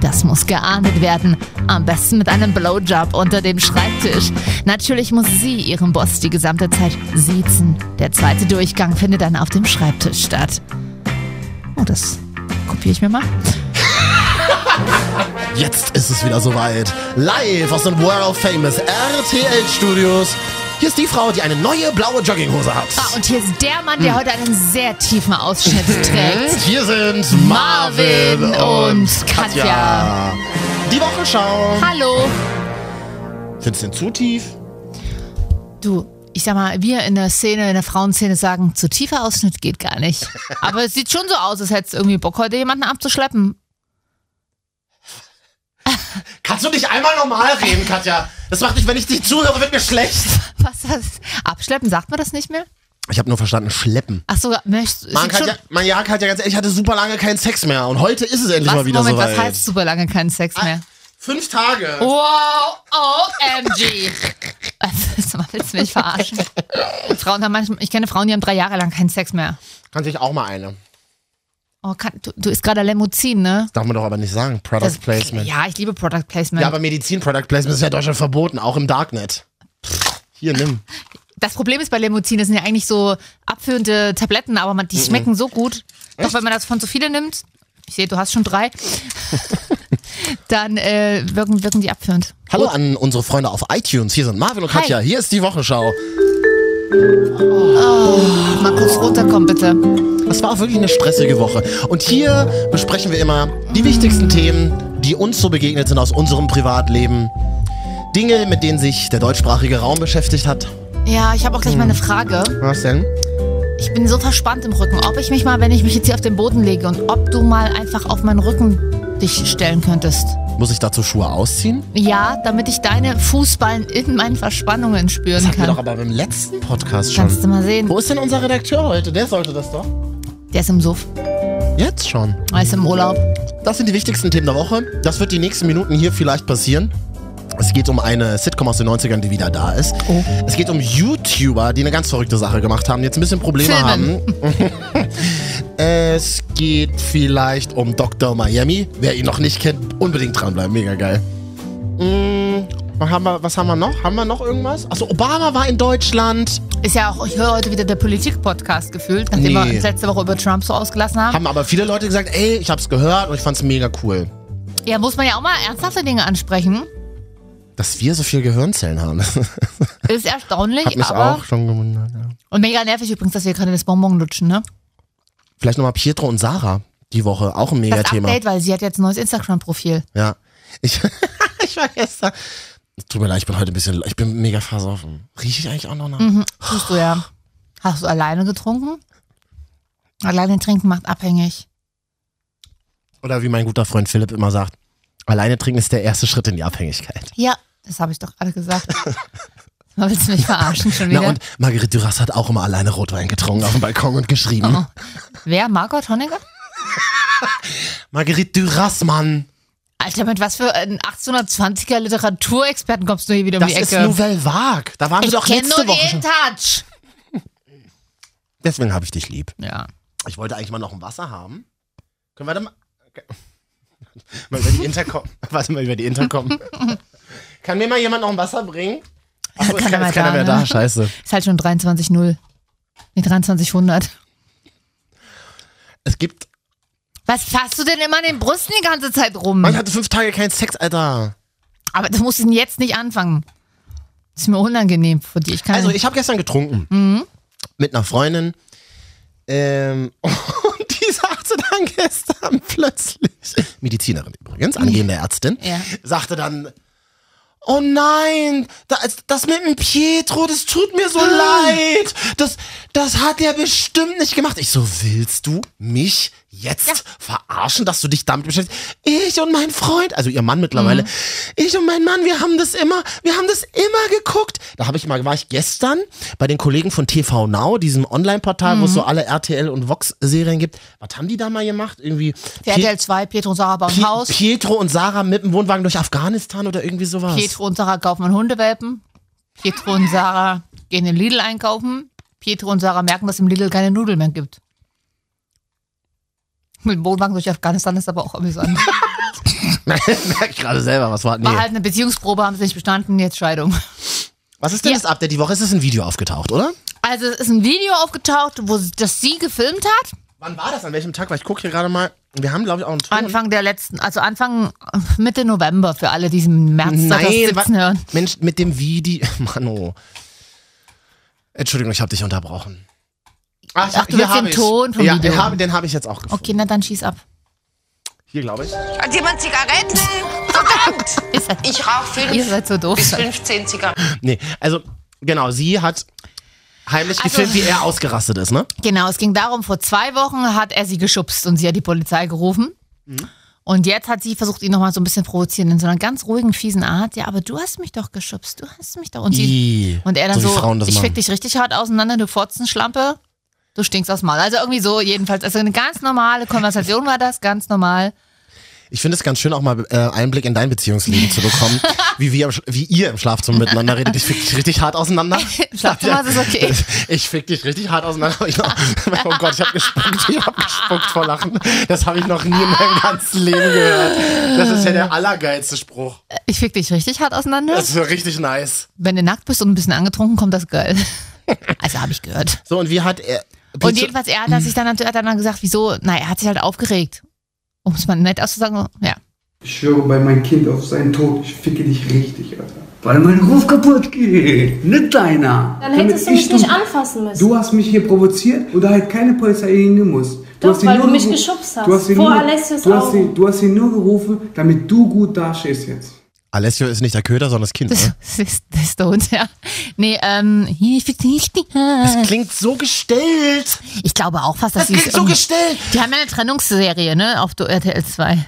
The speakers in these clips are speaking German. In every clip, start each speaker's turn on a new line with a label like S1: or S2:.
S1: Das muss geahndet werden. Am besten mit einem Blowjob unter dem Schreibtisch. Natürlich muss sie ihren Boss die gesamte Zeit siezen. Der zweite Durchgang findet dann auf dem Schreibtisch statt. Oh, das kopiere ich mir mal.
S2: Jetzt ist es wieder soweit. Live aus den World Famous RTL Studios. Hier ist die Frau, die eine neue blaue Jogginghose hat.
S1: Ah, und hier ist der Mann, der heute einen sehr tiefen Ausschnitt trägt.
S2: Hier sind Marvin,
S1: Marvin
S2: und
S1: und
S2: Katja.
S1: Katja.
S2: Die Wochenschau.
S1: Hallo.
S2: Findest du den zu tief?
S1: Du, ich sag mal, wir in der Szene, in der Frauenszene sagen, zu tiefer Ausschnitt geht gar nicht. Aber es sieht schon so aus, als hättest du irgendwie Bock, heute jemanden abzuschleppen.
S2: Kannst du nicht einmal normal reden, Katja? Das macht mich, wenn ich dich zuhöre, wird mir schlecht.
S1: Was das? Abschleppen, sagt man das nicht mehr?
S2: Ich habe nur verstanden, schleppen.
S1: Ach so, möchtest
S2: Man,
S1: sieht
S2: kann
S1: schon,
S2: ja, man ja, Katja, ganz ehrlich, ich hatte super lange keinen Sex mehr. Und heute ist es endlich
S1: was,
S2: mal wieder
S1: Moment,
S2: soweit.
S1: was heißt Oh. super lange keinen Sex
S2: Ah.
S1: mehr?
S2: Fünf Tage.
S1: Wow, OMG. Sag mal, Willst du mich verarschen? Frauen haben manchmal, ich kenne Frauen, die haben drei Jahre lang keinen Sex mehr.
S2: Kannte ich auch mal eine.
S1: Oh, kann, du, du isst gerade Lemozin, ne?
S2: Darf man doch aber nicht sagen. Product Placement.
S1: Ja, ich liebe Product Placement.
S2: Ja, aber Medizin-Product Placement ist ja in Deutschland verboten, auch im Darknet. Hier, nimm.
S1: das Problem ist bei Lemozin, das sind ja eigentlich so abführende Tabletten, aber man, die schmecken so gut. Doch wenn man das von zu viele nimmt, ich sehe, du hast schon drei, dann äh, wirken, wirken die abführend.
S2: Hallo an unsere Freunde auf iTunes. Hier sind Marvin und Katja.
S1: Hi.
S2: Hier ist die Wochenschau.
S1: Mal kurz runterkommen, bitte.
S2: Das war auch wirklich eine stressige Woche. Und hier besprechen wir immer die wichtigsten Themen, die uns so begegnet sind aus unserem Privatleben. Dinge, mit denen sich der deutschsprachige Raum beschäftigt hat.
S1: Ja, ich habe auch gleich mal eine
S2: Hm.
S1: Frage.
S2: Was denn?
S1: Ich bin so verspannt im Rücken. Ob ich mich mal, wenn ich mich jetzt hier auf den Boden lege und ob du mal einfach auf meinen Rücken dich stellen könntest.
S2: Muss ich dazu Schuhe ausziehen?
S1: Ja, damit ich deine Fußballen in meinen Verspannungen spüren
S2: Hatten wir doch
S1: kann.
S2: aber beim letzten Podcast
S1: Kannst
S2: schon.
S1: du mal sehen.
S2: Wo ist denn unser Redakteur heute? Der sollte das doch.
S1: Der ist im Suff.
S2: Jetzt schon.
S1: Er ist im Urlaub.
S2: Das sind die wichtigsten Themen der Woche. Das wird die nächsten Minuten hier vielleicht passieren. Es geht um eine Sitcom aus den 90ern, die wieder da ist.
S1: Oh.
S2: Es geht um YouTuber, die eine ganz verrückte Sache gemacht haben, die jetzt ein bisschen Probleme
S1: Filmen.
S2: haben. es geht vielleicht um Dr. Miami. Wer ihn noch nicht kennt, unbedingt dranbleiben. Mega geil. Mm, was, haben wir, was haben wir noch? Haben wir noch irgendwas? Achso, Obama war in Deutschland.
S1: Ist ja auch, ich höre heute wieder der Politik-Podcast gefühlt, nachdem
S2: Nee.
S1: wir uns letzte Woche über Trump so ausgelassen haben.
S2: Haben aber viele Leute gesagt, ey, ich hab's gehört und ich fand's mega cool.
S1: Ja, muss man ja auch mal ernsthafte Dinge ansprechen.
S2: Dass wir so viel Gehirnzellen haben.
S1: Ist erstaunlich,
S2: Hat mich
S1: aber.
S2: auch schon gewundert. Ja.
S1: Und mega nervig übrigens, dass wir gerade das Bonbon lutschen, ne?
S2: Vielleicht nochmal Pietro und Sarah die Woche, auch ein
S1: Das
S2: Megathema.
S1: Update, weil sie hat jetzt ein neues Instagram-Profil.
S2: Ja. Ich, ich war gestern. Tut mir leid, ich bin heute ein bisschen. Ich bin mega versoffen. Rieche ich eigentlich auch noch nach?
S1: Mhm. Tust du ja. Hast du alleine getrunken? Alleine trinken macht abhängig.
S2: Oder wie mein guter Freund Philipp immer sagt: Alleine trinken ist der erste Schritt in die Abhängigkeit.
S1: Ja, das habe ich doch alle gesagt. Mal willst du mich verarschen schon wieder?
S2: Na, und Marguerite Duras hat auch immer alleine Rotwein getrunken auf dem Balkon und geschrieben.
S1: Oh. Wer? Margot Honecker?
S2: Marguerite Duras, Mann.
S1: Alter, mit was für ein 1820er Literaturexperten kommst du hier wieder um
S2: Das
S1: die
S2: ist
S1: Ecke?
S2: Nouvelle Vague. Da waren wir doch
S1: kenn
S2: letzte Woche schon.
S1: Touch.
S2: Deswegen habe ich dich lieb.
S1: Ja.
S2: Ich wollte eigentlich mal noch ein Wasser haben. Können wir da mal. Okay. mal über die Intercom. Warte mal über die Intercom. Kann mir mal jemand noch ein Wasser bringen? Achso,
S1: keiner mehr
S2: ist keiner
S1: da,
S2: mehr
S1: ne?
S2: da. Scheiße.
S1: Ist halt schon 23.0. Nee, 2300.
S2: Es gibt.
S1: Was fasst du denn immer an den Brüsten die ganze Zeit rum?
S2: Man hatte fünf Tage keinen Sex, Alter.
S1: Aber du musst ihn jetzt nicht anfangen. Ist mir unangenehm für dich. Ich kann
S2: Also, ich habe gestern getrunken.
S1: Mhm.
S2: Mit einer Freundin. Ähm, und die sagte dann gestern plötzlich. Medizinerin übrigens, angehende Ärztin.
S1: Ja.
S2: Sagte dann. Oh nein, das, das mit dem Pietro, das tut mir so
S1: Ah.
S2: leid. Das, das hat er bestimmt nicht gemacht. Ich so, willst du mich jetzt verarschen, dass du dich damit beschäftigst? Ich und mein Freund, also ihr Mann
S1: Mhm.
S2: mittlerweile, ich und mein Mann, wir haben das immer, wir haben das immer geguckt. Da habe ich mal, war ich gestern bei den Kollegen von TV Now, diesem Online-Portal, wo es
S1: Mhm.
S2: so alle RTL und Vox-Serien gibt. Was haben die da mal gemacht? Irgendwie
S1: RTL 2, Pietro und Sarah bauen
S2: Pie-
S1: Haus.
S2: Pietro und Sarah mit dem Wohnwagen durch Afghanistan oder irgendwie sowas.
S1: Pietro und Sarah kaufen einen Hundewelpen. Pietro und Sarah gehen in Lidl einkaufen. Pietro und Sarah merken, dass im Lidl keine Nudeln mehr gibt. Mit dem Wohnwagen durch Afghanistan ist aber auch amüsant.
S2: Merk ich gerade selber, was war. Nee.
S1: War halt eine Beziehungsprobe, haben sie nicht bestanden, jetzt Scheidung.
S2: Was ist denn
S1: Ja.
S2: das Update die Woche? Es ist ein Video aufgetaucht, oder?
S1: Also es ist ein Video aufgetaucht, wo sie- das sie gefilmt hat.
S2: Wann war das? An welchem Tag? Weil ich gucke hier gerade mal. Wir haben, glaube ich, auch einen Ton.
S1: Anfang der letzten, also Anfang Mitte November für alle, die es im März 2017
S2: wa-
S1: hören.
S2: Mensch, mit dem Video. Mano. Entschuldigung, ich habe dich unterbrochen. ich
S1: Ach, du willst den
S2: ich's.
S1: Ton vom
S2: ja,
S1: Video
S2: den
S1: haben.
S2: habe- den habe ich jetzt auch gefunden.
S1: Okay, na dann schieß ab.
S2: Hier, glaube ich.
S3: Hat jemand Zigaretten? Verdammt!
S1: Ihr seid,
S3: Ich rauche
S1: ihr
S3: fünf
S1: seid so doof.
S3: bis 15 Zigaretten.
S2: Nee, also, genau, sie hat heimlich
S1: Also-
S2: gefilmt, wie er ausgerastet ist, ne?
S1: Genau, es ging darum, vor zwei Wochen hat er sie geschubst und sie hat die Polizei gerufen. Und jetzt hat sie versucht, ihn nochmal so ein bisschen provozieren, in so einer ganz ruhigen, fiesen Art. Ja, aber du hast mich doch geschubst, du hast mich doch. Und, sie,
S2: Ih,
S1: und er dann
S2: so
S1: so,
S2: wie Frauen das
S1: ich
S2: machen.
S1: fick dich richtig hart auseinander, du Fotzenschlampe, du stinkst aus Mal. Also irgendwie so, jedenfalls. Also eine ganz normale Konversation war das, ganz normal.
S2: Ich finde es ganz schön, auch mal äh, Einblick in dein Beziehungsleben zu bekommen, wie, wir, im Sch- wie ihr im Schlafzimmer miteinander redet. Ich fick dich richtig hart auseinander.
S1: Im Schlafzimmer ist es okay.
S2: Ich fick dich richtig hart auseinander. Ich, oh Gott, ich habe gespuckt, ich habe gespuckt vor Lachen. Das habe ich noch nie in meinem ganzen Leben gehört. Das ist ja der allergeilste Spruch.
S1: Ich fick dich richtig hart auseinander.
S2: Das ist so richtig nice.
S1: Wenn du nackt bist und ein bisschen angetrunken, kommt das geil. Also habe ich gehört.
S2: So, und wie hat er.
S1: Und jedenfalls, er hat dann sich dann, hat dann dann gesagt, wieso? Na, er hat sich halt aufgeregt. Um es mal nett auszusagen, ja.
S4: Ich schwöre bei meinem Kind auf seinen Tod, ich ficke dich richtig, Alter.
S5: Weil mein Ruf kaputt geht, nicht deiner.
S6: Dann hättest du
S4: Damit
S6: mich
S4: ich
S6: nicht
S4: dumm-
S6: anfassen müssen.
S4: Du hast mich hier provoziert oder halt keine Polizei hingehen musst. Du
S6: Doch,
S4: hast sie
S6: weil
S4: nur
S6: du mich
S4: geru-
S6: geschubst hast.
S4: Du hast sie
S6: Vor
S4: nur,
S6: Alessios
S4: du hast, sie,
S6: Augen.
S4: du hast sie nur gerufen, damit du gut dastehst jetzt.
S2: Alessio ist nicht der Köder, sondern das Kind.
S1: Das,
S2: Oder?
S1: das, ist, das ist der Hund, ja. Nee, ähm, hier, ich fick dich nicht.
S2: Das klingt so gestellt.
S1: Ich glaube auch fast, dass
S2: Das
S1: sie es
S2: klingt so
S1: irgendwie-
S2: gestellt.
S1: Die haben ja eine Trennungsserie, ne, auf RTL 2.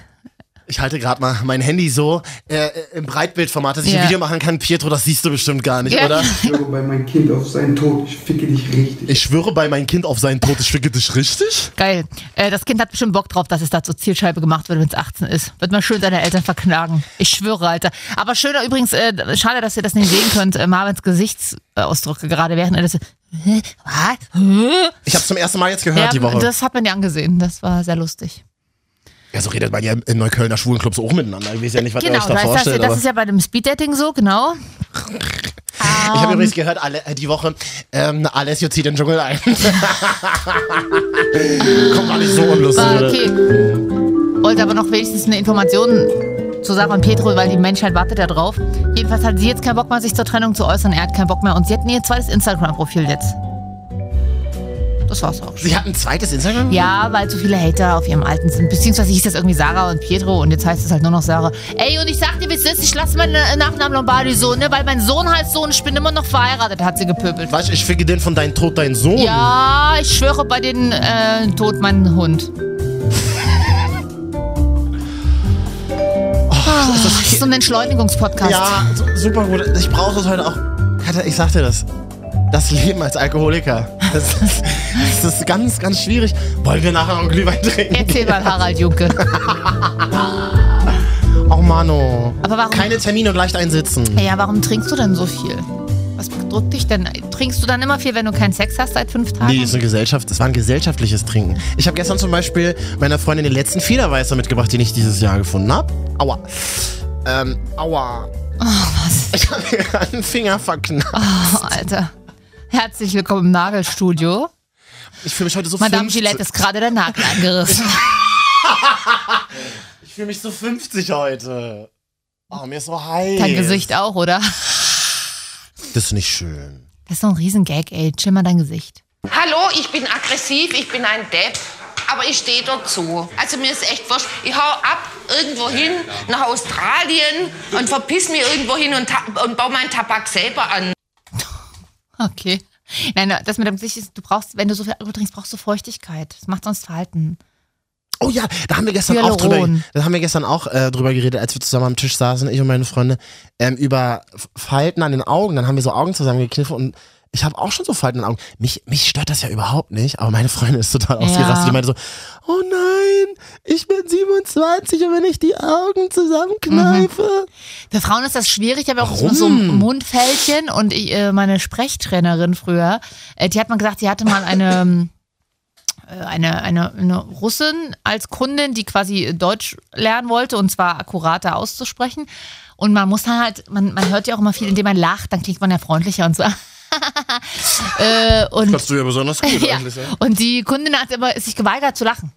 S2: Ich halte gerade mal mein Handy so äh, im Breitbildformat, dass ich
S1: Ja.
S2: ein Video machen kann. Pietro, das siehst du bestimmt gar nicht,
S1: Ja.
S2: oder?
S4: Ich schwöre bei meinem Kind auf seinen Tod, ich ficke dich richtig.
S2: Ich schwöre bei meinem Kind auf seinen Tod, ich schwicke dich richtig.
S1: Geil. Äh, das Kind hat bestimmt Bock drauf, dass es da zur Zielscheibe gemacht wird, wenn es 18 ist. Wird man schön seine Eltern verknagen. Ich schwöre, Alter. Aber schöner übrigens, äh, schade, dass ihr das nicht sehen könnt, äh, Marvins Gesichtsausdruck gerade während er das. Hä? Was? Hä?
S2: Ich habe zum ersten Mal jetzt gehört
S1: Ja,
S2: die Woche.
S1: Das hat man ja angesehen. Das war sehr lustig.
S2: ja, so redet man ja in Neuköllner Schwulenclubs auch miteinander. Ich weiß ja nicht, was ihr euch
S1: genau,
S2: da
S1: da ist das,
S2: vorstellt.
S1: das
S2: aber-
S1: ist ja bei dem Speeddating so, genau.
S2: ich habe übrigens gehört, alle, äh, die Woche, ähm, Alessio zieht den Dschungel ein. Kommt gar nicht so unlustig,
S1: War
S2: oder?
S1: okay. Wollte aber noch wenigstens eine Information zu Sarah und Petro, weil die Menschheit wartet da drauf. Jedenfalls hat sie jetzt keinen Bock mehr, sich zur Trennung zu äußern. Er hat keinen Bock mehr. Und sie hatten ihr zweites Instagram-Profil jetzt. Das war's auch schon.
S2: Sie hat ein zweites Instagram?
S1: Ja, weil zu viele Hater auf ihrem alten sind. Beziehungsweise hieß das irgendwie Sarah und Pietro und jetzt heißt es halt nur noch Sarah. Ey, und ich sag dir, wie es ist, ich lasse meinen äh, Nachnamen Lombardi so, ne? Weil mein Sohn heißt so und ich bin immer noch verheiratet, hat sie gepöbelt.
S2: Weißt du, ich ficke den von deinem Tod, deinen Sohn.
S1: Ja, ich schwöre bei den äh, Tod meinen Hund. Das ist so ein Entschleunigungspodcast.
S2: Ja, su- super gut. Ich brauche das heute auch. Katja, ich sag dir das. Das Leben als Alkoholiker. Das ist, das ist ganz, ganz schwierig. Wollen wir nachher noch einen Glühwein trinken?
S1: Erzähl mal Harald Junke.
S2: Oh, Mano.
S1: Aber warum-
S2: Keine Termine und leicht einsitzen.
S1: Ja, warum trinkst du denn so viel? Was bedrückt dich denn? Trinkst du dann immer viel, wenn du keinen Sex hast seit fünf Tagen?
S2: Nee, ist eine Gesellschaft, das war ein gesellschaftliches Trinken. Ich habe gestern zum Beispiel meiner Freundin den letzten Federweißer mitgebracht, den ich dieses Jahr gefunden habe. Aua. Ähm, aua. Ich habe mir einen Finger verknallt.
S1: Oh, Alter. Herzlich willkommen im Nagelstudio.
S2: Ich fühle mich heute so
S1: Madame
S2: 50.
S1: Gillette ist gerade der Nagel angerissen.
S2: Ich fühle mich so 50 heute. Oh, mir ist so heiß.
S1: Dein Gesicht auch, oder?
S2: Das ist nicht schön.
S1: Das ist so ein Riesengag, ey. Chill mal dein Gesicht.
S3: Hallo, ich bin aggressiv, ich bin ein Depp. Aber ich stehe dazu. Also mir ist echt wurscht. Ich hau ab irgendwo hin nach Australien und verpiss mich irgendwo hin und, ta- und baue meinen Tabak selber an.
S1: Okay. Nein, das mit deinem Gesicht ist, du brauchst, wenn du so viel Alkohol trinkst, brauchst du Feuchtigkeit. Das macht sonst Verhalten.
S2: Oh ja, da haben wir gestern auch drüber,
S1: Hyaluron.
S2: da haben wir gestern auch äh, drüber geredet, als wir zusammen am Tisch saßen, ich und meine Freunde, ähm, über F- Falten an den Augen. Dann haben wir so Augen zusammengekniffen und ich habe auch schon so Falten an den Augen. Mich, mich stört das ja überhaupt nicht, aber meine Freundin ist total ausgerastet. Die meinte so, oh nein, ich bin 27 und wenn ich die Augen zusammenkneife.
S1: Für Frauen ist das schwierig, ich habe auch
S2: Warum?
S1: so ein Mundfältchen und ich, äh, meine Sprechtrainerin früher, äh, die hat mal gesagt, sie hatte mal eine ähm, äh, eine, eine, eine Russin als Kundin, die quasi Deutsch lernen wollte und zwar akkurater auszusprechen. Und man muss dann halt, man, man hört ja auch immer viel, indem man lacht, dann klingt man ja freundlicher und so. äh, und,
S2: Kannst du ja besonders gut
S1: ja.
S2: eigentlich. Ja.
S1: und die Kundin hat aber sich geweigert zu lachen,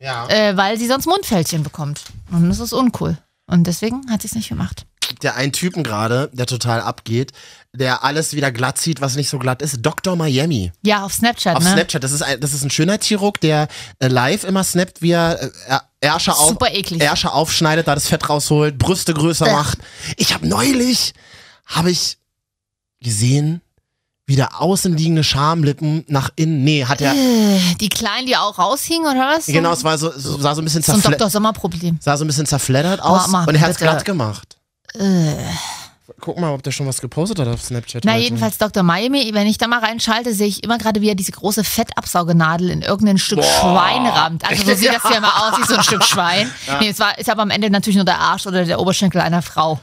S2: ja.
S1: äh, weil sie sonst Mundfältchen bekommt. Und das ist uncool. Und deswegen hat sie es nicht gemacht.
S2: gibt ja einen Typen gerade, der total abgeht, der alles wieder glatt zieht, was nicht so glatt ist. Dr. Miami
S1: Ja, auf Snapchat,
S2: auf
S1: ne?
S2: Snapchat. Das ist ein, das ist ein Schönheitschirurg, der äh, live immer snappt, wie er äh, Er- Ärsche, auf,
S1: Super eklig.
S2: Ärsche aufschneidet, da das Fett rausholt, Brüste größer
S1: Äh.
S2: macht. Ich habe neulich, habe ich gesehen, wie der außenliegende Schamlippen nach innen, nee, hat er,
S1: Äh, die Kleinen, die auch raushingen, oder was?
S2: genau, es war so, so, sah so ein bisschen
S1: So ein
S2: zerfle-
S1: Dr. Sommer-Problem.
S2: sah so ein bisschen zerfleddert aus
S1: Mach mal,
S2: und er hat's
S1: bitte. Äh.
S2: glatt gemacht. Guck mal, ob der schon was gepostet hat auf Snapchat.
S1: Na,
S2: heute.
S1: jedenfalls Dr. Miami, wenn ich da mal reinschalte, sehe ich immer gerade, wie er diese große Fettabsaugenadel in irgendein Stück Schwein rammt. Also so sieht das ja immer aus, wie so ein Stück Schwein. Nee, es war, ist aber am Ende natürlich nur der Arsch oder der Oberschenkel einer Frau.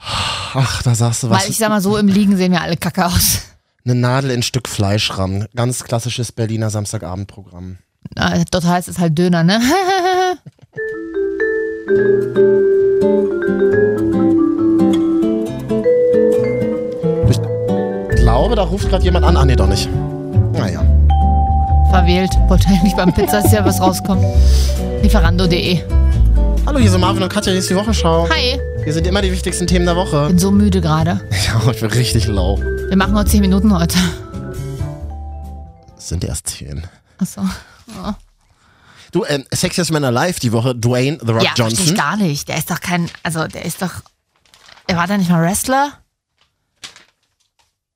S2: Ach, da sagst du was.
S1: Weil ich sag mal, so im Liegen sehen wir alle kacke aus.
S2: Eine Nadel in ein Stück Fleisch rammen. Ganz klassisches Berliner Samstagabendprogramm.
S1: Na, dort heißt es halt Döner, ne?
S2: Ich glaube, da ruft gerade jemand an. Ach nee, doch nicht. Naja.
S1: Verwählt. Wollte eigentlich beim Pizzaservice rauskommen. Lieferando.de.
S2: Hallo, hier sind Marvin und Katja, hier ist die Wochenschau.
S1: Hi.
S2: Hier sind immer die wichtigsten Themen der Woche.
S1: Bin so müde gerade.
S2: Ja, ich bin richtig lau.
S1: Wir machen nur 10 Minuten heute.
S2: Es sind erst zehn.
S1: Achso.
S2: Du, ähm, Sexiest Man Alive die Woche, Dwayne The Rock
S1: Ja, verstehe ich
S2: Johnson.
S1: gar nicht. Der ist doch kein, also der ist doch, er war da nicht mal Wrestler?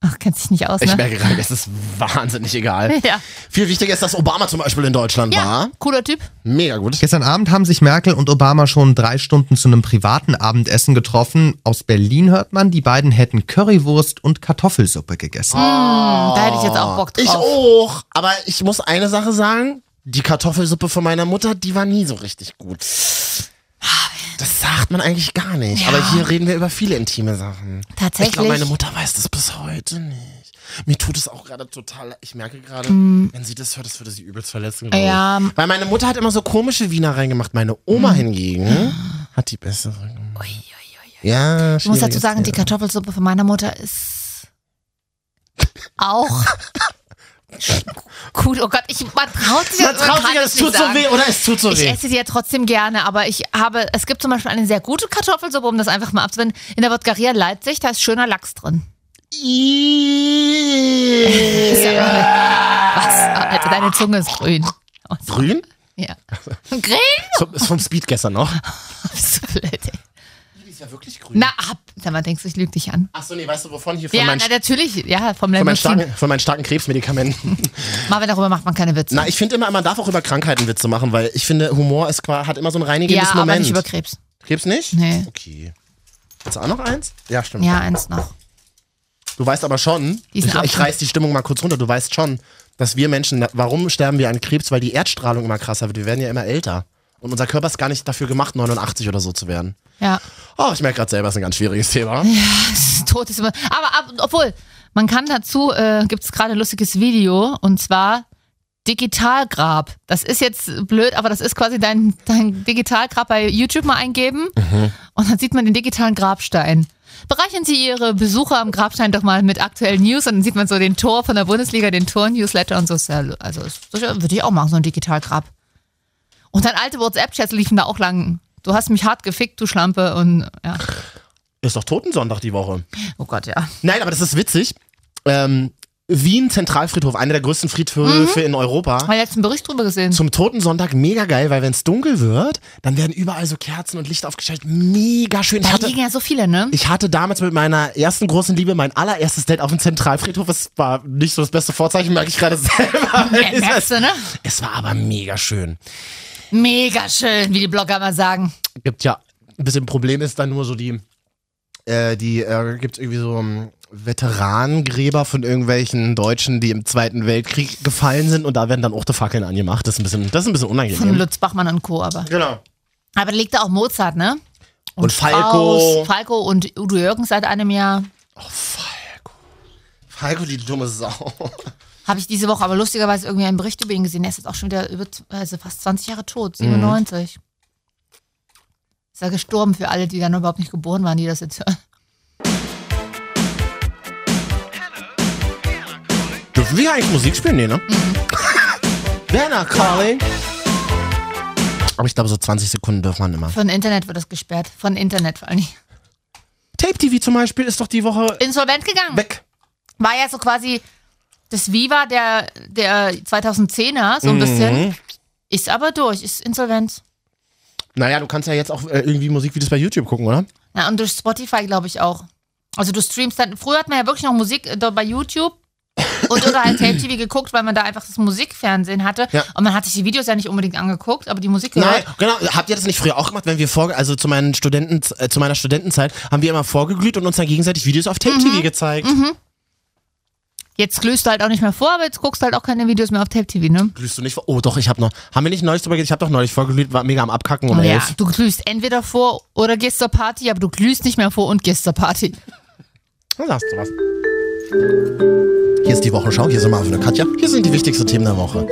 S1: Ach, kennt sich nicht aus,
S2: Ich
S1: ne?
S2: merke gerade, es ist wahnsinnig egal.
S1: Ja.
S2: Viel wichtiger ist, dass Obama zum Beispiel in Deutschland
S1: Ja,
S2: war.
S1: cooler Typ.
S2: Mega gut.
S6: Gestern Abend haben sich Merkel und Obama schon drei Stunden zu einem privaten Abendessen getroffen. Aus Berlin hört man, die beiden hätten Currywurst und Kartoffelsuppe
S2: Oh
S6: gegessen.
S1: Hm, da hätte ich jetzt auch Bock drauf.
S2: Ich auch. Aber ich muss eine Sache sagen. Die Kartoffelsuppe von meiner Mutter, die war nie so richtig gut. Das sagt man eigentlich gar nicht. Aber hier reden wir über viele intime Sachen. Ich
S1: Tatsächlich.
S2: glaube, meine Mutter weiß das bis heute nicht. Mir tut es auch gerade total. Ich merke gerade, wenn sie das hört, das würde sie übelst verletzen. glaub
S1: Mm.
S2: ich.
S1: Ja. Mm.
S2: Weil meine Mutter hat immer so komische Wiener reingemacht. Meine Oma hingegen hat die bessere gemacht. Ja,
S1: ich muss dazu sagen, die Kartoffelsuppe von meiner Mutter ist auch gut. Oh Gott, ich, man traut sich
S2: Das,
S1: man
S2: traut
S1: kann
S2: sich,
S1: es
S2: das
S1: nicht
S2: tut so
S1: sagen.
S2: weh, oder? Es tut so
S1: Ich
S2: weh.
S1: esse sie ja trotzdem gerne, aber ich habe, es gibt zum Beispiel eine sehr gute Kartoffelsuppe, um das einfach mal abzuwenden. In der Wodgaria Leipzig, da ist schöner Lachs drin. Ist ja irre. Was? Also deine Zunge ist grün.
S2: Grün?
S1: Ja. Grün?
S2: So, Ist vom Speed gestern noch.
S1: Bist du blöd, ey.
S2: Die ist ja wirklich grün.
S1: Na, ab. Sag mal, denkst du, ich lüge dich an?
S2: Achso, nee, weißt du, wovon hier? Von,
S1: Ja,
S2: meinen,
S1: na, natürlich. Ja, vom
S2: von, meinen
S1: Lemon.
S2: starken, von meinen starken Krebsmedikamenten.
S1: Marvin, darüber macht man keine Witze.
S2: Na, ich finde immer, man darf auch über Krankheiten Witze machen, weil ich finde, Humor ist, qua- hat immer so ein reinigendes
S1: ja,
S2: Moment.
S1: aber nicht über Krebs.
S2: Krebs nicht?
S1: Nee.
S2: Okay. Hast du auch noch eins? Ja, stimmt.
S1: Ja, eins noch.
S2: Du weißt aber schon, ich,
S1: Diesen
S2: ich
S1: Abschnitt.
S2: reiß die Stimmung mal kurz runter, du weißt schon, dass wir Menschen, na, warum sterben wir an Krebs? Weil die Erdstrahlung immer krasser wird. Wir werden ja immer älter. Und unser Körper ist gar nicht dafür gemacht, 89 oder so zu werden.
S1: Ja.
S2: Oh, ich merke gerade selber, es ist ein ganz schwieriges Thema.
S1: Tod ist immer. Aber ab, obwohl, man kann dazu, äh, gibt es gerade ein lustiges Video und zwar Digitalgrab. Das ist jetzt blöd, aber das ist quasi dein, dein Digitalgrab bei YouTube mal eingeben und dann sieht man den digitalen Grabstein. Bereichern Sie Ihre Besucher am Grabstein doch mal mit aktuellen News und dann sieht man so den Tor von der Bundesliga, den Tor-Newsletter und so. Ist ja- Also ist- würde ich auch machen, so ein Digitalgrab. Und dann alte WhatsApp-Chats liefen da auch lang. Du hast mich hart gefickt, du Schlampe und ja.
S2: Ist doch Totensonntag die Woche.
S1: Oh Gott, ja.
S2: Nein, aber das ist witzig. Ähm, Wien Zentralfriedhof, einer der größten
S1: Mhm.
S2: Friedhöfe in Europa.
S1: Haben wir letzten Bericht drüber gesehen.
S2: Zum Totensonntag mega geil, weil wenn es dunkel wird, dann werden überall so Kerzen und Licht aufgestellt. Mega schön. Ich
S1: Da
S2: hatte,
S1: liegen ja so viele, ne?
S2: ich hatte damals mit meiner ersten großen Liebe mein allererstes Date auf dem Zentralfriedhof. Es war nicht so das beste Vorzeichen, merke ich gerade selber.
S1: Ja, merkst du, ne?
S2: Es war aber mega schön.
S1: Mega schön, wie die Blogger mal sagen.
S2: gibt ja ein bisschen Problem ist dann nur so die äh, die äh, gibt irgendwie so ähm, Veteranengräber von irgendwelchen Deutschen, die im Zweiten Weltkrieg gefallen sind und da werden dann auch die Fackeln angemacht. Das ist ein bisschen das ist ein bisschen
S1: Von
S2: unangenehm.
S1: Lutz Bachmann und Co. Aber,
S2: Genau.
S1: aber da liegt da auch Mozart, ne?
S2: Und,
S1: Strauss,
S2: Falco.
S1: Falco und Udo Jürgens seit einem Jahr.
S2: Falco. Falco die dumme Sau.
S1: Habe ich diese Woche aber lustigerweise irgendwie einen Bericht über ihn gesehen. Er ist jetzt auch schon wieder über, also fast 20 Jahre tot,
S2: Mhm.
S1: 97. Ist er gestorben für alle, die dann überhaupt nicht geboren waren, die das jetzt hören.
S2: Dürfen wir hier eigentlich Musik spielen? Nee, ne? Werner Calling. Aber ich glaube, so 20 Sekunden dürfen man immer.
S1: Von Internet wird das gesperrt. Von Internet vor allem.
S2: Tape TV zum Beispiel ist doch die Woche
S1: Insolvent gegangen.
S2: weg.
S1: war ja so quasi das Viva der, der 2010er, so ein
S2: Mhm.
S1: bisschen. Ist aber durch, ist insolvent.
S2: Naja, du kannst ja jetzt auch äh, irgendwie Musikvideos bei YouTube gucken, oder?
S1: Na, und durch Spotify, glaube ich, auch. Also du streamst dann, früher hat man ja wirklich noch Musik äh, da bei YouTube und oder halt Tape TV geguckt, weil man da einfach das Musikfernsehen hatte.
S2: Ja.
S1: Und man hat sich die Videos ja nicht unbedingt angeguckt, aber die Musik gehört. halt.
S2: Nein, genau. Habt ihr das nicht früher auch gemacht, wenn wir vor, also zu meinen Studenten, äh, zu meiner Studentenzeit, haben wir immer vorgeglüht und uns dann gegenseitig Videos auf Tape TV gezeigt.
S1: Jetzt glühst du halt auch nicht mehr vor, aber jetzt guckst du halt auch keine Videos mehr auf Tape TV, ne?
S2: Glühst du nicht vor? Oh, doch, ich habe noch. Haben wir nicht neulich drüber geredet? Ich habe doch neulich vorgeglüht, war mega am Abkacken um
S1: ja,
S2: elf.
S1: du glühst entweder vor oder gehst zur Party, aber du glühst nicht mehr vor und gehst zur Party.
S2: Da sagst du was. Hier ist die Wochenschau, hier sind Marvin und Katja. Hier sind die wichtigsten Themen der Woche.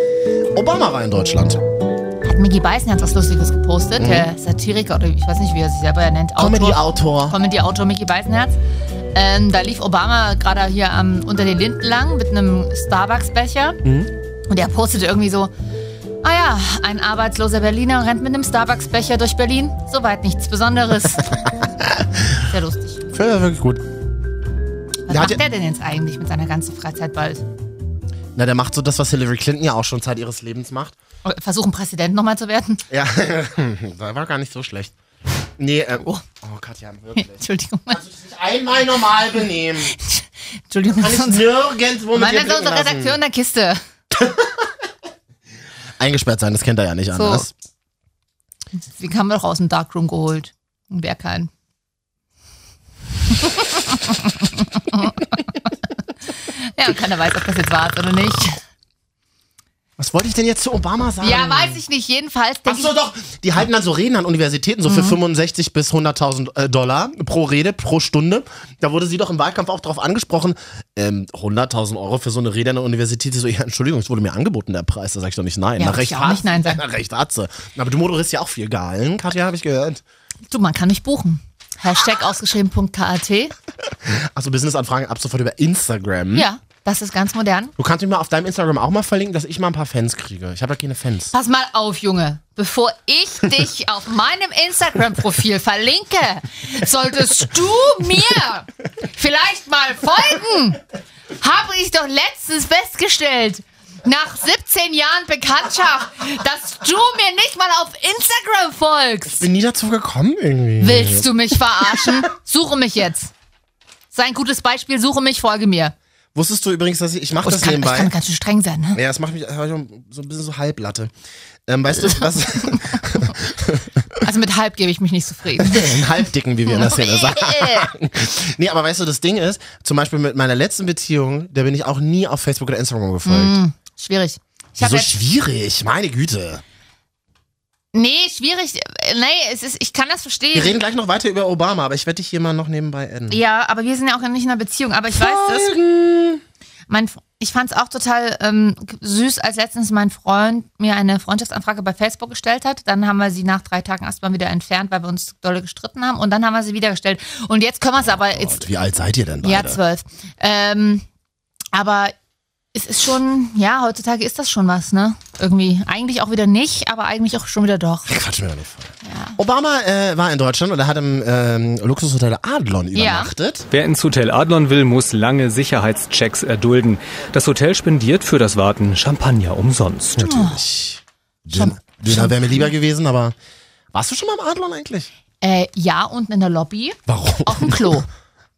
S2: Obama war in Deutschland.
S1: Hat Mickey Beißen hat was Lustiges gepostet, der Satiriker, oder ich weiß nicht, wie er sich selber ja nennt.
S2: Mhm. Comedy-Autor.
S1: Comedy-Autor Mickey Beisenherz. Ähm, da lief Obama gerade hier am, unter den Linden lang mit einem Starbucks-Becher.
S2: Mhm.
S1: Und er postete irgendwie so, ah ja, ein arbeitsloser Berliner rennt mit einem Starbucks-Becher durch Berlin. Soweit nichts Besonderes. Sehr lustig.
S2: Film war wirklich gut.
S1: Was
S2: Der hat
S1: macht
S2: ja-
S1: der denn jetzt eigentlich mit seiner ganzen Freizeit bald?
S2: Na, der macht so das, was Hillary Clinton ja auch schon Zeit ihres Lebens macht.
S1: Versuchen, Präsident nochmal zu werden?
S2: Ja, das war gar nicht so schlecht. Nee, ähm, oh. Katja, wirklich.
S1: Entschuldigung.
S2: Kannst du dich nicht einmal normal benehmen?
S1: Entschuldigung.
S2: Kann ich nirgendwo mit
S1: Mann,
S2: dir
S1: das ist
S2: blicken
S1: unsere Redakteur
S2: lassen.
S1: in der Kiste.
S2: Eingesperrt sein, das kennt er ja nicht anders.
S1: Den haben wir doch aus dem Darkroom geholt. Und Wer keinen. ja, und keiner weiß, ob das jetzt war oder nicht.
S2: Was wollte ich denn jetzt zu Obama sagen?
S1: Ja, weiß ich nicht. Jedenfalls
S2: Ähm. Ach
S1: denke
S2: so,
S1: ich, Mhm.
S2: doch. Die halten dann so Reden an Universitäten, so für 65 bis 100.000 äh, Dollar pro Rede, pro Stunde. Da wurde sie doch im Wahlkampf auch drauf angesprochen. Ähm, 100.000 Euro für so eine Rede an der Universität. Sie so, ja, Entschuldigung, es wurde mir angeboten, der Preis. Da sag ich doch nicht nein.
S1: Ja,
S2: Na,
S1: muss
S2: recht
S1: ich auch nicht
S2: hat's.
S1: nein sagen.
S2: Na, recht hat's. Aber du moderierst ja auch viel Geilen, Katja, habe ich gehört.
S1: du, man kann mich buchen. Hashtag ausgeschrieben.kat.
S2: Hm? Also Business-Anfragen ab sofort über Instagram.
S1: Ja, das ist ganz modern.
S2: Du kannst mich mal auf deinem Instagram auch mal verlinken, dass ich mal ein paar Fans kriege. Ich habe ja keine Fans.
S1: Pass mal auf, Junge. Bevor ich dich auf meinem Instagram-Profil verlinke, solltest du mir vielleicht mal folgen. Habe ich doch letztens festgestellt, nach 17 Jahren Bekanntschaft, dass du mir nicht mal auf Instagram folgst.
S2: Bin nie dazu gekommen irgendwie.
S1: Willst du mich verarschen? Suche mich jetzt. Sei ein gutes Beispiel, suche mich, folge mir.
S2: Wusstest du übrigens, dass ich, ich mache
S1: Oh, ich,
S2: das
S1: kann, ich
S2: nebenbei.
S1: kann ganz schön streng sein, ne?
S2: Ja, das macht mich das macht mich so ein bisschen so halblatte. Ähm, weißt du, was
S1: Also mit halb gebe ich mich nicht zufrieden.
S2: einen halbdicken, wie wir in der Szene sagen. nee, aber weißt du, das Ding ist, zum Beispiel mit meiner letzten Beziehung, da bin ich auch nie auf Facebook oder Instagram gefolgt.
S1: Hm, Schwierig. Mhm. Ich habe
S2: so
S1: jetzt
S2: schwierig, meine Güte.
S1: Nee, schwierig. Äh, Nee, es ist, ich kann das
S2: Wir
S1: verstehen.
S2: reden gleich noch weiter über Obama, aber ich werde dich hier mal noch nebenbei adden.
S1: Ja, aber wir sind ja auch nicht in einer Beziehung. Aber ich weiß das. Mein, F- ich fand es auch total ähm, süß, als letztens mein Freund mir eine Freundschaftsanfrage bei Facebook gestellt hat. Dann haben wir sie nach drei Tagen erstmal wieder entfernt, weil wir uns dolle gestritten haben. Und dann haben wir sie wieder gestellt. Und jetzt können wir es aber jetzt.
S2: Wie alt seid ihr denn beide?
S1: Ja, zwölf. Ähm, aber es ist schon, ja, heutzutage ist das schon was, ne? Irgendwie. Eigentlich auch wieder nicht, aber eigentlich auch schon wieder doch.
S2: Quatsch mir doch nicht voll. Obama äh, war in Deutschland und er hat im ähm, Luxushotel Adlon
S1: Ja.
S2: übernachtet.
S7: Wer ins Hotel Adlon will, muss lange Sicherheitschecks erdulden. Das Hotel spendiert für das Warten Champagner umsonst.
S2: Natürlich. Dön Döner wäre mir lieber gewesen, aber warst du schon mal im Adlon eigentlich?
S1: Äh, ja, unten in der Lobby.
S2: Warum?
S1: Auf dem Klo.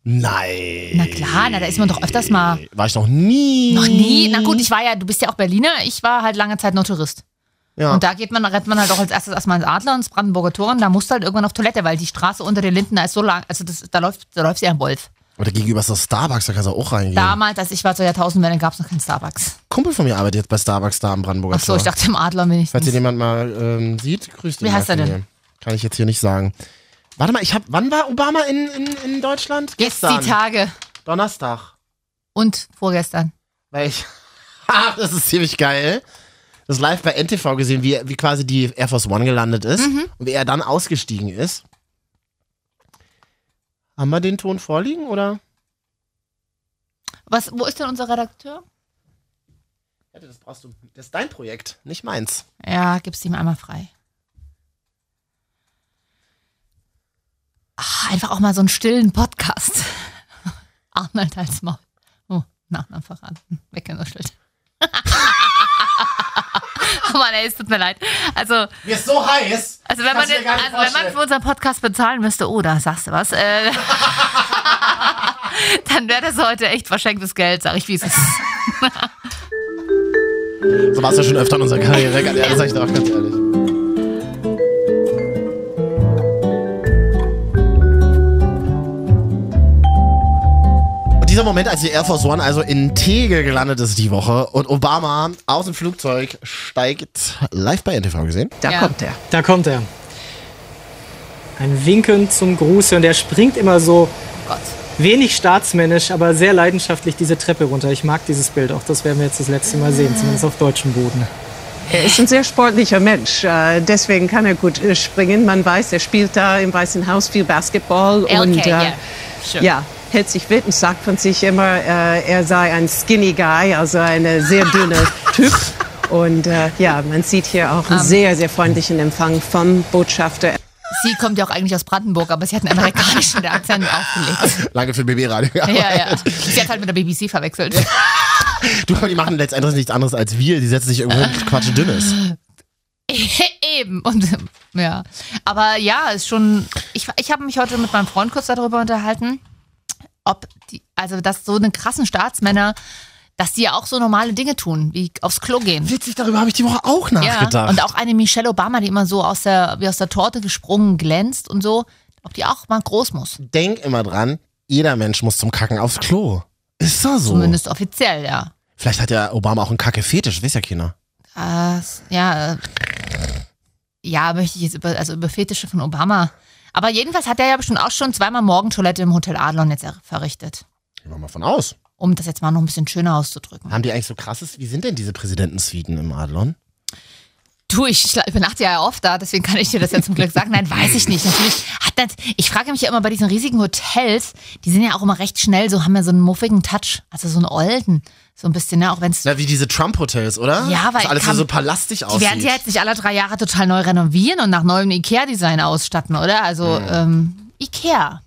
S2: Nein.
S1: Na klar, na, da ist man doch öfters mal.
S2: War ich noch nie.
S1: Noch nie. Na gut, ich war ja, du bist ja auch Berliner, ich war halt lange Zeit nur Tourist.
S2: Ja.
S1: Und da geht man, rennt man halt auch als erstes erstmal ins Adler und ins Brandenburger Tor und da musst du halt irgendwann auf Toilette, weil die Straße unter den Linden da ist so lang, also das, da läuft, da läuft ja ein Wolf.
S2: Oder gegenüber ist das Starbucks, da kannst du auch reingehen.
S1: Damals, als ich war zur Jahrtausendwende, gab es noch keinen Starbucks.
S2: Kumpel von mir arbeitet jetzt bei Starbucks da am Brandenburger
S1: Achso, ich
S2: Tor.
S1: dachte im Adler
S2: Falls
S1: wenigstens.
S2: ihr jemand mal ähm, sieht, grüßt ihn
S1: Wie
S2: mal
S1: heißt er
S2: von
S1: denn?
S2: mir. Kann ich jetzt hier nicht sagen. Warte mal, ich hab. Wann war Obama in, in, in Deutschland?
S1: Jetzt die Tage
S2: Donnerstag.
S1: und vorgestern.
S2: Weil ich das ist ziemlich geil. Das live bei NTV gesehen, wie, wie quasi die Air Force One gelandet ist
S1: Mhm.
S2: und wie er dann ausgestiegen ist. Haben wir den Ton vorliegen oder?
S1: Was, wo ist denn unser Redakteur?
S2: Ja, das brauchst du. Das ist dein Projekt, nicht meins.
S1: Ja, gib's ihm einmal frei. Ach, Ah, einfach auch mal so einen stillen Podcast. Arnold als Maul. Oh, Nachnamen verraten. Weggenuschelt. oh Mann, ey, es tut mir leid. Also,
S2: Mir ist so heiß.
S1: also wenn man,
S2: Kannst du dir
S1: den,
S2: gar
S1: also wenn
S2: nicht
S1: man
S2: vorstellen.
S1: für unseren Podcast bezahlen müsste, oh, da sagst du was, äh, dann wäre das heute echt verschenktes Geld, sag ich, wie es ist.
S2: So war es ja schon öfter in unserer Karriere, ganz ehrlich, sag ich dir auch ganz ehrlich. Und Dieser Moment, als die Air Force One also in Tegel gelandet ist die Woche und Obama aus dem Flugzeug steigt, live bei NTV gesehen.
S8: Da
S1: Ja.
S8: kommt er.
S9: Da kommt er. Ein Winken zum Gruße und er springt immer so
S1: Gott.
S9: wenig staatsmännisch, aber sehr leidenschaftlich diese Treppe runter. Ich mag dieses Bild auch. Das werden wir jetzt das letzte Mal sehen, zumindest auf deutschem Boden.
S8: Er ist ein sehr sportlicher Mensch. äh, Deswegen kann er gut äh, springen. Man weiß, er spielt da im Weißen Haus viel Basketball.
S1: Okay,
S8: und äh,
S1: ja. Sure.
S8: ja, hält sich fit und sagt von sich immer, äh, er sei ein Skinny Guy, also ein äh, sehr dünner Typ. Und äh, ja, man sieht hier auch einen sehr, sehr freundlichen Empfang vom Botschafter.
S1: Sie kommt ja auch eigentlich aus Brandenburg, aber sie hat einen amerikanischen Akzent aufgelegt.
S2: Lange für BB-Radio
S1: Ja, ja. Sie hat halt mit der BBC verwechselt.
S2: Du, aber die machen letztendlich nichts anderes als wir. Die setzen sich irgendwo hin und quatschen Dünnes.
S1: Eben. Und ja. Aber ja, ist schon. Ich, ich habe mich heute mit meinem Freund kurz darüber unterhalten, ob die, also dass so eine krassen Staatsmänner, dass die ja auch so normale Dinge tun, wie aufs Klo gehen.
S2: Witzig, darüber habe ich die Woche auch nachgedacht.
S1: Ja. Und auch eine Michelle Obama, die immer so aus der, wie aus der Torte gesprungen glänzt und so, ob die auch mal groß muss.
S2: Denk immer dran, jeder Mensch muss zum Kacken aufs Klo. Ist das so?
S1: Zumindest offiziell, ja.
S2: Vielleicht hat ja Obama auch einen Kacke-Fetisch, weiß ja keiner.
S1: Das, ja, äh, ja, möchte ich jetzt über, also über Fetische von Obama. Aber jedenfalls hat er ja bestimmt auch schon zweimal Morgentoilette im Hotel Adlon jetzt er- verrichtet.
S2: Gehen wir mal von aus.
S1: Um das jetzt mal noch ein bisschen schöner auszudrücken.
S2: Haben die eigentlich so krasses, wie sind denn diese Präsidentensuiten im Adlon?
S1: Du, ich schla- übernachte ja oft da, deswegen kann ich dir das ja zum Glück sagen. Nein, weiß ich nicht. Natürlich hat das, ich frage mich ja immer bei diesen riesigen Hotels, die sind ja auch immer recht schnell, so haben ja so einen muffigen Touch, also so einen olden, so ein bisschen, ne, auch wenn es
S2: Na, wie diese Trump-Hotels, oder?
S1: Ja, weil
S2: Das alles
S1: kann-
S2: so palastig
S1: Die
S2: aussieht.
S1: werden sie jetzt nicht alle drei Jahre total neu renovieren und nach neuem Ikea-Design ausstatten, oder? Also
S2: Hm.
S1: ähm, Ikea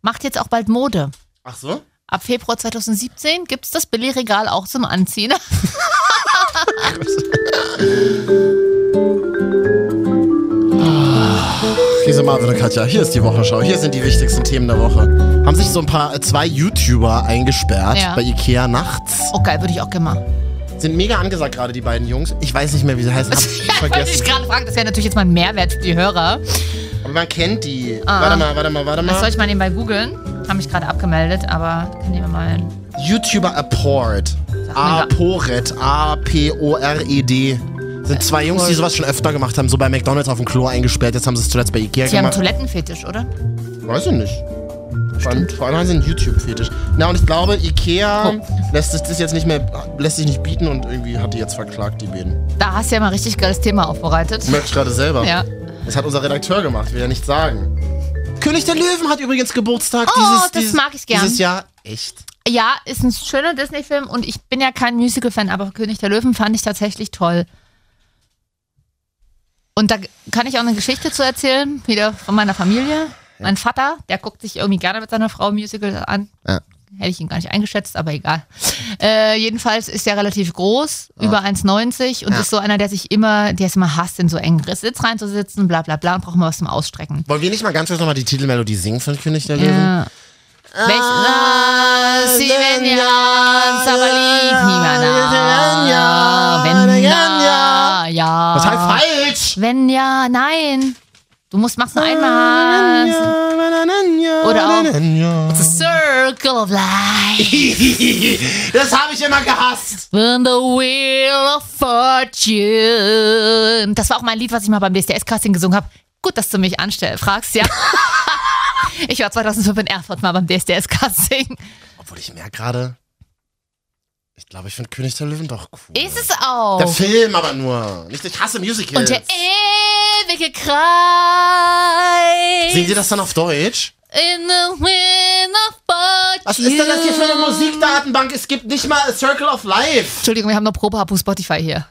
S1: macht jetzt auch bald Mode.
S2: Ach so?
S1: Ab Februar 2017 gibt es das Billigregal auch zum Anziehen.
S2: Lisa Marvin und Katja, hier ist die Wochenschau. Hier sind die wichtigsten Themen der Woche. Haben sich so ein paar, äh, zwei YouTuber eingesperrt
S1: Ja.
S2: bei Ikea nachts.
S1: Oh geil, würde ich auch gerne machen.
S2: Sind mega angesagt gerade, die beiden Jungs. Ich weiß nicht mehr, wie sie heißen. Hab ich
S1: Ja, wollte ich
S2: vergessen.
S1: gerade fragen, das wäre natürlich jetzt mal ein Mehrwert für die Hörer.
S2: Aber man kennt die. Warte mal, warte mal, warte
S1: Das Ah. soll
S2: mal.
S1: ich mal nebenbei googeln. Habe mich gerade abgemeldet, aber kann ich mir mal...
S2: YouTuber Aport.
S1: mir gar-
S2: Aporet. A-P-O-R-E-D. E Sind zwei Jungs, die sowas schon öfter gemacht haben. So bei McDonalds auf dem Klo eingesperrt. Jetzt haben sie es zuletzt bei Ikea
S1: Die haben
S2: gemacht.
S1: Toilettenfetisch, oder?
S2: Weiß ich nicht. Vor allem, vor allem haben sie einen YouTube-Fetisch. Na, und ich glaube, Ikea
S1: Oh.
S2: lässt sich das jetzt nicht mehr, lässt sich nicht bieten und irgendwie hat die jetzt verklagt, die beiden.
S1: Da hast du ja mal richtig geiles Thema aufbereitet.
S2: Merke ich gerade selber.
S1: Ja.
S2: Das hat unser Redakteur gemacht, will ja nicht sagen. König der Löwen hat übrigens Geburtstag
S1: Oh,
S2: dieses,
S1: das
S2: dieses,
S1: mag ich gern.
S2: dieses Jahr. Echt?
S1: Ja, ist ein schöner Disney-Film und ich bin ja kein Musical-Fan, aber König der Löwen fand ich tatsächlich toll. Und da kann ich auch eine Geschichte zu erzählen, wieder von meiner Familie. Mein Vater, der guckt sich irgendwie gerne mit seiner Frau Musical an.
S2: Ja.
S1: Hätte ich ihn gar nicht eingeschätzt, aber egal. Äh, jedenfalls ist er relativ groß, über 1,90 und ist so einer, der sich immer, der es immer hasst, in so engen Sitz reinzusitzen, bla bla bla und braucht mal was zum Ausstrecken.
S2: Wollen wir nicht mal ganz kurz nochmal die Titelmelodie singen von König der Löwen?
S1: Ja. Welch, sie werden ja, Sabali, Nimana, wenn ja, ja.
S2: Das heißt falsch!
S1: Wenn ja, nein. Du musst machst nur einmal. Oder
S2: auch.
S1: The circle of life.
S2: Das habe ich immer gehasst.
S1: When the wheel of fortune. Das war auch mein Lied, was ich mal beim DSDS-Casting gesungen habe. Gut, dass du mich anstell, fragst, ja. Ich war 2005 in Erfurt mal beim DSDS-Casting.
S2: Obwohl ich merke gerade, Ich glaube, ich finde König der Löwen doch cool.
S1: Ist es auch.
S2: Der Film aber nur. Nicht, ich hasse Musicals.
S1: Und der ewige Kreis.
S2: Singen die das dann auf Deutsch?
S1: In the wind of but
S2: Was ist denn das hier für eine
S1: you.
S2: Musikdatenbank? Es gibt nicht mal a Circle of Life.
S1: Entschuldigung, wir haben noch Probe auf Spotify hier.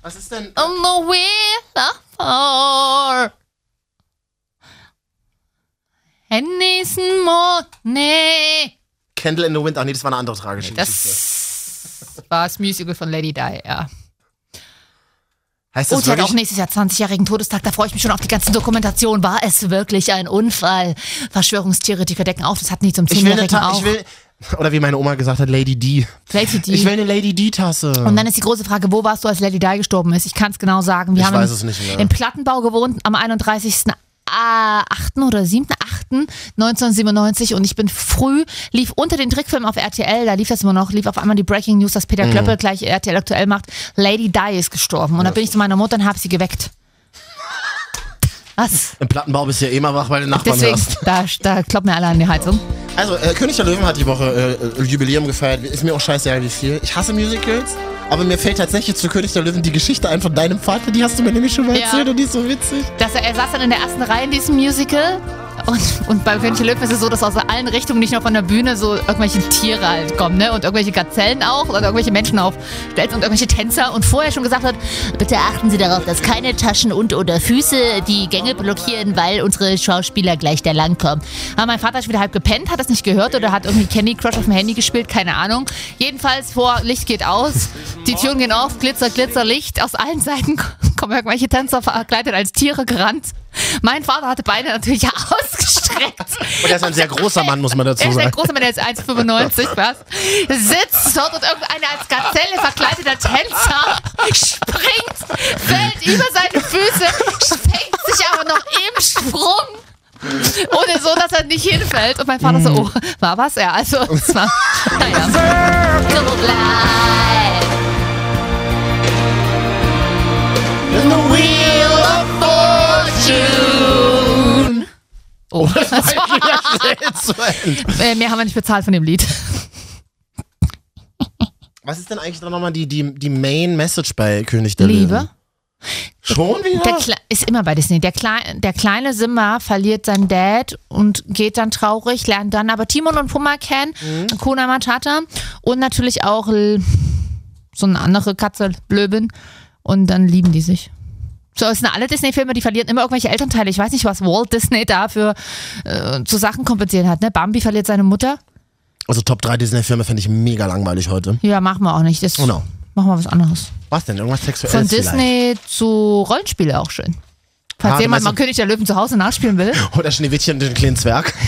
S2: Was ist denn?
S1: In the wind of war. And nächsten Morgen.
S2: Candle in the Wind. Ach nee, das war eine andere tragische Geschichte.
S1: Das war das Musical von Lady Di, ja.
S2: Heißt
S1: Oh,
S2: das
S1: sie hat auch
S2: wirklich?
S1: nächstes Jahr 20-jährigen Todestag. Da freue ich mich schon auf die ganzen Dokumentationen. War es wirklich ein Unfall? Verschwörungstheoretiker decken auf, das hat nichts zum
S2: Ich will eine
S1: 10-Jährigen
S2: Ta
S1: auch.
S2: ich will, Oder wie meine Oma gesagt hat, Lady D.
S1: Lady Di.
S2: Ich will eine Lady D-Tasse.
S1: Und dann ist die große Frage, wo warst du, als Lady Di gestorben ist? Ich kann es genau sagen. Wir
S2: Ich
S1: haben
S2: weiß
S1: im,
S2: es nicht mehr.
S1: im Plattenbau gewohnt am 31. 8. oder 7. 8. 1997 und ich bin früh, lief unter den Trickfilm auf RTL, da lief das immer noch, lief auf einmal die Breaking News, dass
S2: Mhm.
S1: Peter Klöppel gleich RTL aktuell macht, Lady Di ist gestorben. Und da bin ich zu meiner Mutter und habe sie geweckt. Was?
S2: Im Plattenbau bist du ja eh mal wach, weil du Nachbarn
S1: Deswegen,
S2: hörst.
S1: da, da kloppt mir alle an die Heizung.
S2: Also, äh, König der Löwen hat die Woche äh, Jubiläum gefeiert. Ist mir auch scheißegal, wie viel. Ich hasse Musicals. Aber mir fällt tatsächlich zu König der Löwen die Geschichte ein von deinem Vater. Die hast du mir nämlich schon mal
S1: Ja.
S2: erzählt und die ist so witzig.
S1: dass er, er saß dann in der ersten Reihe in diesem Musical und, und bei König der Löwen ist es so, dass aus allen Richtungen, nicht nur von der Bühne, so irgendwelche Tiere halt kommen, ne? Und irgendwelche Gazellen auch oder irgendwelche Menschen aufstellt und irgendwelche Tänzer und vorher schon gesagt hat, bitte achten Sie darauf, dass keine Taschen und oder Füße die Gänge blockieren, weil unsere Schauspieler gleich da lang kommen. Aber mein Vater ist wieder halb gepennt, hat das nicht gehört oder hat irgendwie Candy Crush auf dem Handy gespielt, keine Ahnung. Jedenfalls vor, Licht geht aus, die Türen gehen auf, Glitzer, Glitzer, Licht, aus allen Seiten kommen irgendwelche Tänzer verkleidet als Tiere gerannt. Mein Vater hatte Beine natürlich ausgestreckt.
S2: Und er ist ein sehr großer Mann, muss man dazu
S1: Er ist ein
S2: sagen.
S1: großer Mann, der ist 1,95, was? Sitzt dort und irgendeiner als Gazelle verkleideter Tänzer springt, fällt über seine Füße, fängt sich aber noch im Sprung. Ohne so, dass er nicht hinfällt. Und mein Vater so,
S2: Mhm.
S1: oh, war was? Ja, also, es war, naja. Circle of Life.
S2: Oh, das war wieder schnell zu Ende.
S1: Äh, mehr haben wir nicht bezahlt von dem Lied.
S2: Was ist denn eigentlich dann nochmal die, die, die Main Message bei König der
S1: Liebe.
S2: Löwen? Schon
S1: Der
S2: wieder?
S1: Kle ist immer bei Disney. Der, Klei der kleine Simba verliert seinen Dad und geht dann traurig, lernt dann aber Timon und Pumba kennen, Kuna Matata und natürlich auch L- so eine andere Katze, Löwin. Und dann lieben die sich. So, es sind alle Disney-Filme, die verlieren immer irgendwelche Elternteile. Ich weiß nicht, was Walt Disney dafür äh, zu Sachen kompensieren hat. Ne? Bambi verliert seine Mutter.
S2: Also Top 3 Disney-Filme fände ich mega langweilig heute.
S1: Ja, machen wir auch nicht. Das
S2: Genau.
S1: Machen wir was anderes.
S2: Was denn? Irgendwas Sexuelles
S1: Von
S2: vielleicht?
S1: Disney zu Rollenspiele auch schön.
S2: Ah,
S1: Falls
S2: du
S1: jemand
S2: meinst-
S1: mal König der Löwen zu Hause nachspielen will.
S2: Oder Schneewittchen und den kleinen Zwerg.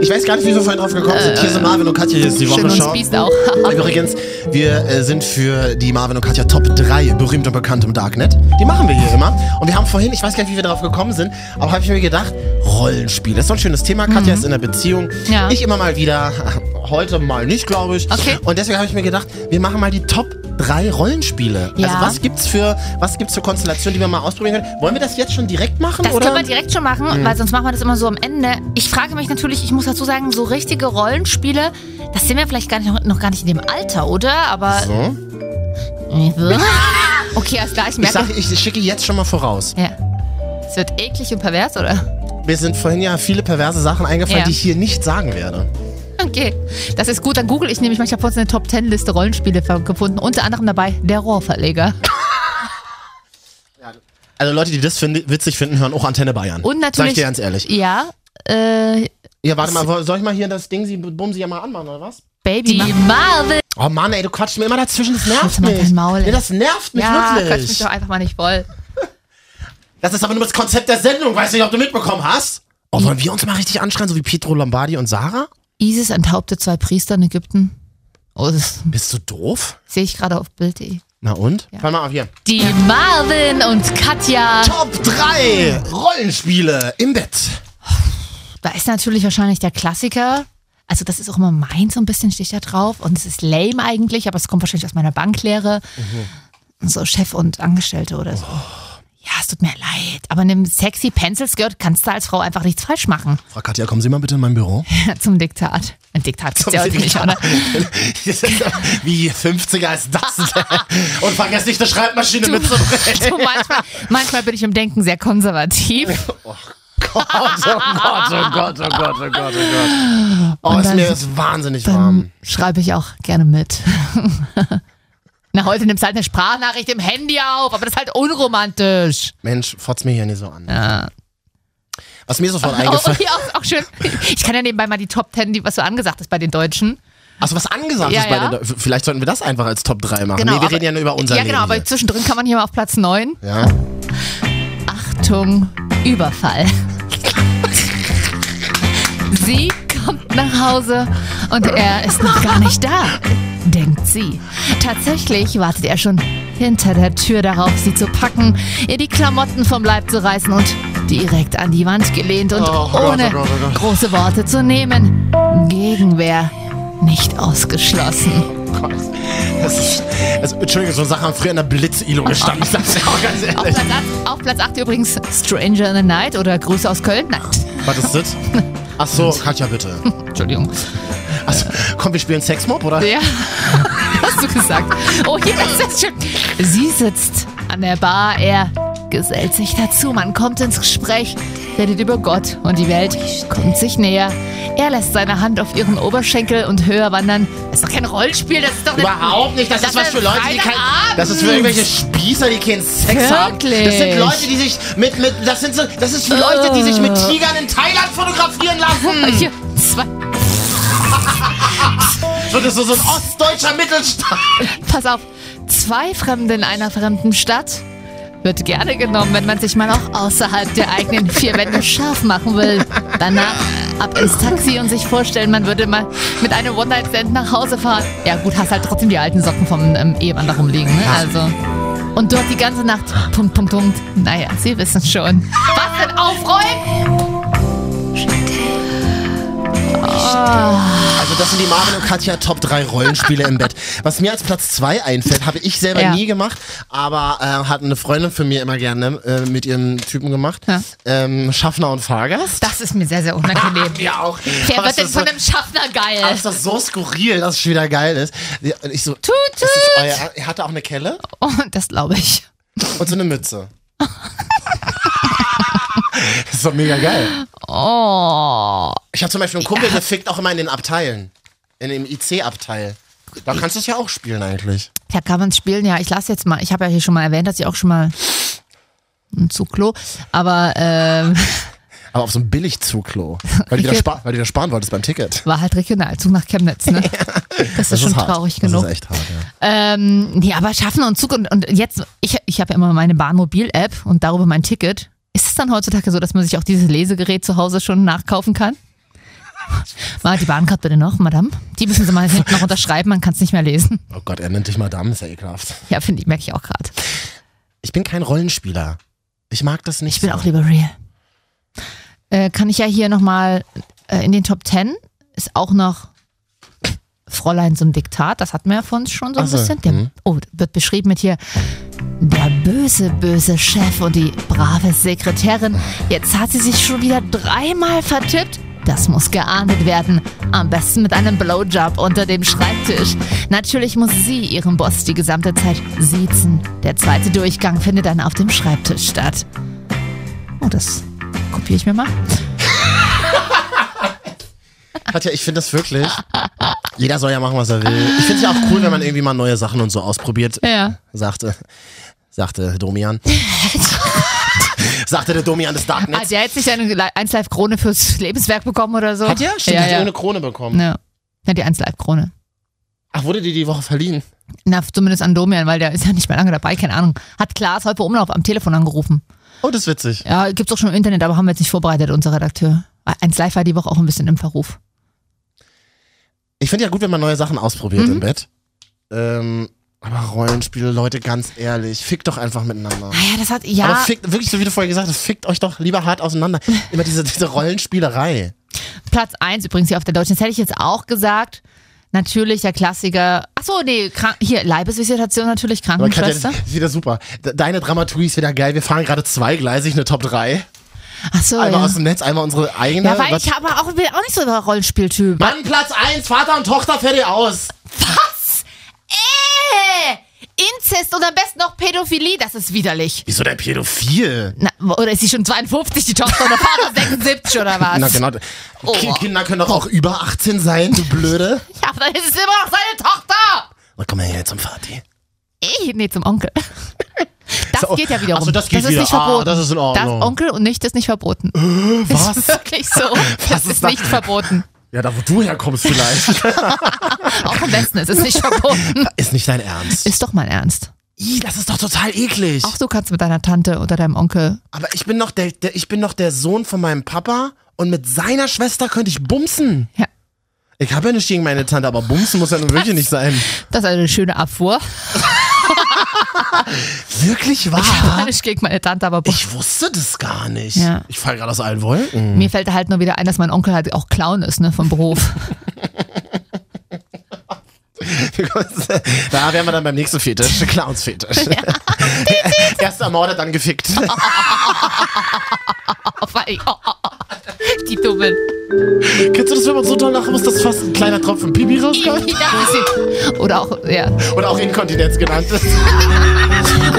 S2: ich weiß gar nicht, wie wir vorhin drauf gekommen sind. Hier sind Marvin und Katja, hier ist die
S1: Schön
S2: Woche
S1: und
S2: Show.
S1: Spießt auch.
S2: Übrigens, wir äh, sind für die Marvin und Katja Top 3 berühmt und bekannt im Darknet. Die machen wir hier immer. Und wir haben vorhin, ich weiß gar nicht, wie wir darauf gekommen sind, aber habe ich mir gedacht, Rollenspiel. Das ist so ein schönes Thema. Katja ist in einer Beziehung.
S1: Mhm. Ja.
S2: Ich immer mal wieder, heute mal nicht, glaube ich.
S1: Okay.
S2: Und deswegen habe ich mir gedacht, wir machen mal die Top 3 Rollenspiele.
S1: Ja.
S2: Also was gibt's für was gibt's für Konstellationen, die wir mal ausprobieren können? Wollen wir das jetzt schon direkt machen
S1: Das
S2: oder?
S1: können wir direkt schon machen, weil sonst machen wir das immer so am Ende. Ich frage mich natürlich, ich muss dazu sagen, so richtige Rollenspiele, das sind wir vielleicht gar nicht, noch, noch gar nicht in dem Alter, oder? Aber.
S2: so.
S1: Okay, alles klar, ich
S2: Ich
S1: merke.
S2: sage, ich schicke jetzt schon mal voraus.
S1: ja. Es wird eklig und pervers, oder?
S2: Mir sind vorhin ja viele perverse Sachen eingefallen,
S1: Ja.
S2: die ich hier nicht sagen werde.
S1: Okay. Das ist gut, dann google ich nämlich. Ich habe vorhin eine Top 10 Liste Rollenspiele ver- gefunden. Unter anderem dabei der Rohrverleger.
S2: Also Leute, die das find, witzig finden, hören auch Antenne Bayern.
S1: Und natürlich.
S2: Sag ich dir ganz ehrlich.
S1: Ja. Äh,
S2: Ja, warte mal, soll ich mal hier das Ding, sie bumm sie ja mal anmachen, oder was?
S1: Baby. Die Marvel.
S2: Oh Mann, ey, du quatschst mir immer dazwischen, das nervt
S1: Alter, mach
S2: mich.
S1: dein Maul, ey.
S2: nee, das nervt mich
S1: Ja, quatsch mich
S2: wirklich.
S1: doch einfach mal nicht voll.
S2: Das ist aber nur das Konzept der Sendung, weiß nicht, ob du mitbekommen hast. Oh, wollen wir uns mal richtig anschreien, so wie Pietro Lombardi und Sarah?
S1: Isis enthaupte zwei Priester in Ägypten. Oh, das
S2: Bist du doof?
S1: sehe ich gerade auf Bild.de.
S2: Na und? Fall mal auf hier.
S1: Die Marvin und Katja.
S2: Top 3 Rollenspiele im Bett.
S1: Da ist natürlich wahrscheinlich der Klassiker. Also das ist auch immer mein so ein bisschen steht da drauf und es ist lame eigentlich, aber es kommt wahrscheinlich aus meiner Banklehre. So Chef und Angestellte oder so. Ja, es tut mir leid, aber in einem sexy Pencil-Skirt kannst du als Frau einfach nichts falsch machen.
S2: Frau Katja, kommen Sie mal bitte in mein Büro.
S1: Zum Diktat. Ein Diktat gibt's ja heute nicht, oder?
S2: Wie 50er ist das denn? Und vergesst nicht, eine Schreibmaschine mitzubringen.
S1: Du, manchmal, manchmal bin ich im Denken sehr konservativ.
S2: Gott, oh Gott, oh Gott, oh Gott, oh Gott, oh Gott. Oh,
S1: Und
S2: ist
S1: dann-
S2: mir ist wahnsinnig warm.
S1: Dann schreibe ich auch gerne mit. Na, heute nimmst du halt eine Sprachnachricht im Handy auf, aber das ist halt unromantisch.
S2: Mensch, fotz mir hier nicht so an. Was mir sofort
S1: Oh, und
S2: eingefallen
S1: hier auch, auch schön. Ich kann ja nebenbei mal die Top 10, die, was so angesagt ist bei den Deutschen.
S2: Achso, was angesagt
S1: Ja,
S2: ist bei
S1: ja.
S2: den. Vielleicht sollten wir das einfach als Top 3 machen.
S1: Genau,
S2: nee, wir
S1: aber-
S2: reden ja nur über unser
S1: Ja, genau,
S2: Leben
S1: aber zwischendrin kann man hier mal auf Platz 9.
S2: hier. Ja?
S1: Achtung, Überfall. sie kommt nach Hause und er ist noch gar nicht da, denkt sie. Tatsächlich wartet er schon hinter der Tür darauf, sie zu packen, ihr die Klamotten vom Leib zu reißen und direkt an die Wand gelehnt und
S2: Oh Gott,
S1: ohne
S2: oh Gott, oh Gott.
S1: große Worte zu nehmen. Gegenwehr nicht ausgeschlossen.
S2: Oh Das ist, also, Entschuldigung, so Sachen haben früher in der Blitzilo gestanden. Ich sag's dir auch ganz
S1: Auf
S2: ehrlich.
S1: Platz, acht, auf Platz 8 übrigens Stranger in the Night oder Grüße aus Köln. Nein,
S2: Was ist das? Achso, Katja, bitte.
S1: Entschuldigung.
S2: Achso, Also, komm, wir spielen Sexmob, oder?
S1: Ja. Hast du gesagt. Oh, hier ist das schön. Sie sitzt an der Bar, er gesellt sich dazu. Man kommt ins Gespräch, redet über Gott und die Welt, kommt sich näher. Er lässt seine Hand auf ihren Oberschenkel und höher wandern. Das ist doch kein Rollspiel, das ist doch eine-
S2: Überhaupt nicht. Das, ist was für Leute, die kein.
S1: Freitagabend.
S2: Das ist für irgendwelche Spießer, die keinen Sex haben. Das sind
S1: Wirklich?
S2: Leute, die sich mit. mit das, sind so, das ist für Leute, die sich mit
S1: Oh.
S2: Tigern in Thailand fotografieren lassen.
S1: Hier, zwei.
S2: So, das ist so, so ein ostdeutscher Mittelstand.
S1: Pass auf, zwei Fremde in einer fremden Stadt wird gerne genommen, wenn man sich mal auch außerhalb der eigenen vier Wände scharf machen will. Danach ab ins Taxi und sich vorstellen, man würde mal mit einem One-Night-Stand nach Hause fahren. Ja gut, hast halt trotzdem die alten Socken vom ähm, Ehemann da rumliegen, ne? Also. Und dort die ganze Nacht. Punkt, Punkt, Punkt. Naja, Sie wissen schon. Was denn aufräumen?
S2: Also das sind die Marvin und Katja Top 3 Rollenspiele im Bett. Was mir als Platz 2 einfällt, habe ich selber
S1: Ja.
S2: nie gemacht, aber äh, hat eine Freundin von mir immer gerne äh, mit ihrem Typen gemacht.
S1: Ja.
S2: Ähm, Schaffner und Fahrgast.
S1: Das ist mir sehr, sehr unangenehm.
S2: Ja auch.
S1: Wer
S2: Aber
S1: wird
S2: ist
S1: denn
S2: das
S1: von
S2: so-
S1: einem Schaffner geil?
S2: aber ist das so skurril, dass es schon wieder geil ist. Ja, und Ich so, tut,
S1: Äh. tut.
S2: Euer, er hatte auch eine Kelle
S1: Oh, das glaube ich.
S2: und so eine Mütze. das ist doch mega geil.
S1: Oh.
S2: Ich habe zum Beispiel einen Kumpel, der fickt auch immer in den Abteilen. In dem IC-Abteil. Da kannst du es ja auch spielen eigentlich.
S1: Ja, kann man spielen. Ja, ich lasse jetzt mal. Ich habe ja hier schon mal erwähnt, dass ich auch schon mal zu Klo. Aber ähm,
S2: Aber auf so einem Billigzugklo. Weil du wieder, spa weil du wieder sparen wolltest beim Ticket.
S1: war halt Regionalzug nach Chemnitz. Ne? Das, ist schon
S2: hart.
S1: traurig
S2: das
S1: genug.
S2: Das ist echt hart, ja.
S1: Ähm, nee, aber Schaffner und Zug und, und jetzt, ich, ich habe ja immer meine Bahnmobil-App und darüber mein Ticket. Ist es dann heutzutage so, dass man sich auch dieses Lesegerät zu Hause schon nachkaufen kann? Mal die Bahncard bitte noch, Madame. Die müssen Sie mal hinten noch unterschreiben, man kann es nicht mehr lesen.
S2: Oh Gott, er nennt dich Madame, ist ja ekelhaft.
S1: Ja, finde ich, merke ich auch gerade.
S2: Ich bin kein Rollenspieler. Ich mag das nicht.
S1: Ich bin
S2: so.
S1: auch lieber real. Äh, kann ich ja hier nochmal äh, in den Top Ten ist auch noch Fräulein zum Diktat, das hatten wir ja von uns schon so ein
S2: Ach so,
S1: bisschen. Der,
S2: mhm.
S1: Oh, wird beschrieben mit hier der böse, böse Chef und die brave Sekretärin. Jetzt hat sie sich schon wieder dreimal vertippt. Das muss geahndet werden. Am besten mit einem Blowjob unter dem Schreibtisch. Natürlich muss sie ihren Boss die gesamte Zeit siezen. Der zweite Durchgang findet dann auf dem Schreibtisch statt. Oh, das kopiere ich mir mal.
S2: Katja, ich finde das wirklich. Jeder soll ja machen, was er will. Ich finde es ja auch cool, wenn man irgendwie mal neue Sachen und so ausprobiert.
S1: Ja.
S2: Sagte, sagte Domian. sagte der Domian des
S1: Ah,
S2: Darknets.
S1: der hat sich eine 1-Live-Krone fürs Lebenswerk bekommen oder so.
S2: Hat ja? Stimmt,
S1: ja,
S2: hat
S1: Also, ja. Ne.
S2: ohne Krone bekommen.
S1: ja. ja, die 1-Live-Krone.
S2: Ach, wurde dir die Woche verliehen?
S1: Na, zumindest an Domian, weil der ist ja nicht mehr lange dabei, keine Ahnung. Hat Klaas Holpe Umlauf am Telefon angerufen.
S2: Oh, das ist witzig.
S1: Ja, gibt's auch schon im Internet, aber haben wir jetzt nicht vorbereitet, unser Redakteur. 1Live war die Woche auch ein bisschen im Verruf.
S2: Ich finde ja gut, wenn man neue Sachen ausprobiert
S1: Mhm.
S2: im Bett. Ähm, aber Rollenspiele, Leute, ganz ehrlich, fickt doch einfach miteinander.
S1: Naja, das hat,
S2: Aber
S1: Ah ja,
S2: fickt, wirklich, so wie du vorher gesagt hast, fickt euch doch lieber hart auseinander. Immer diese, diese Rollenspielerei.
S1: Platz 1 übrigens hier auf der Deutschen. Das hätte ich jetzt auch gesagt. natürlicher Klassiker. Achso, nee, krank, hier, Leibesvisitation natürlich,
S2: Aber Katja,
S1: Krankenschwester.
S2: das ist wieder super. De- Deine Dramaturgie ist wieder geil. Wir fahren gerade zweigleisig eine Top 3.
S1: Achso,
S2: Einmal
S1: ja.
S2: aus dem Netz, einmal unsere eigene.
S1: Ja, weil
S2: Was-
S1: ich aber auch, bin auch nicht so der Rollenspieltyp.
S2: Mann, Platz 1, Vater und Tochter fertig aus.
S1: Was? Äh! Inzest und am besten noch Pädophilie, das ist widerlich.
S2: Wieso der Pädophil?
S1: Na, oder ist sie schon 52, die Tochter, oder Vater 76 oder was?
S2: Na genau.
S1: Oh.
S2: Ki- Kinder können doch auch über 18 sein, du Blöde.
S1: Ja, aber dann ist es immer noch seine Tochter!
S2: Na, komm mal her zum Vati.
S1: Ey, nee, zum Onkel. Das
S2: So,
S1: geht ja wiederum.
S2: ach so, das geht
S1: ist
S2: wieder.
S1: nicht
S2: Ah,
S1: verboten.
S2: das ist in Ordnung. Äh,
S1: Das Onkel und nicht ist nicht verboten. Ist wirklich so. das
S2: ist
S1: ist
S2: da-
S1: nicht verboten.
S2: Ja, da wo du herkommst vielleicht.
S1: Auch im Westen ist es nicht verboten.
S2: ist nicht dein Ernst.
S1: Ist doch mal ernst.
S2: I, das ist doch total eklig.
S1: Auch du kannst mit deiner Tante oder deinem Onkel.
S2: Aber ich bin noch der, der ich bin noch der Sohn von meinem Papa und mit seiner Schwester könnte ich bumsen.
S1: Ja.
S2: Ich habe ja nichts gegen meine Tante, aber bumsen muss ja nun wirklich nicht sein.
S1: Das ist eine schöne Abfuhr.
S2: Wirklich
S1: Ich
S2: wahr?
S1: war nicht gegen meine Tante, aber boah,
S2: Ich hm. wusste das gar nicht.
S1: Ja.
S2: Ich falle gerade aus allen Wolken.
S1: mir fällt halt nur wieder ein, dass mein Onkel halt auch Clown ist, ne, vom Beruf.
S2: da wären wir dann beim nächsten Fetisch, Clowns-Fetisch. Erst ermordet, dann gefickt.
S1: Oh, wei- oh, oh, oh. Die Dummen.
S2: Kennst du das, wenn man so doll lachen muss, dass fast ein kleiner Tropfen Pipi
S1: Ja,
S2: rauskommt?
S1: sie- Oder auch, ja.
S2: Oder auch Inkontinenz genannt ist.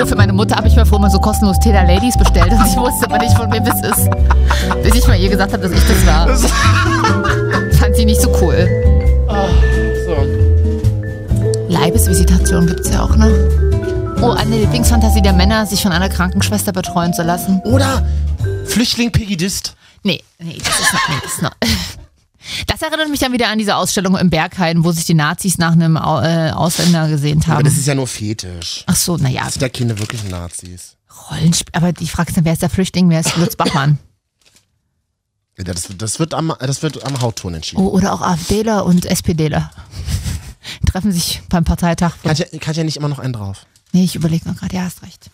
S1: Oh, für meine Mutter habe ich mir vorher mal so kostenlos Taylor Ladies bestellt und ich wusste aber nicht, von wem es ist. Bis ich mal ihr gesagt habe, dass ich das war. Fand sie nicht so cool.
S2: So.
S1: Leibesvisitation gibt's ja auch, ne? Oh, eine Lieblingsfantasie der Männer, sich von einer Krankenschwester betreuen zu lassen.
S2: Oder Flüchtling Pegidist.
S1: Nee, nee, das ist noch, nee, das ist noch. Das erinnert mich dann wieder an diese Ausstellung im Berghain, wo sich die Nazis nach einem Au- äh, Ausländer gesehnt
S2: Aber das
S1: haben.
S2: ist ja nur Fetisch.
S1: Ach so, naja,
S2: Das sind ja keine wirklichen Nazis.
S1: Rollenspiel. Aber die Frage ist dann, wer ist der Flüchtling, wer ist Lutz Bachmann?
S2: Ja, Das, das, wird am, das wird am Hautton entschieden.
S1: Oh, oder auch AfDler und SPDler. Treffen sich beim Parteitag.
S2: Katja, Katja nicht immer noch einen drauf.
S1: Nee, ich überlege noch gerade, ja, hast recht.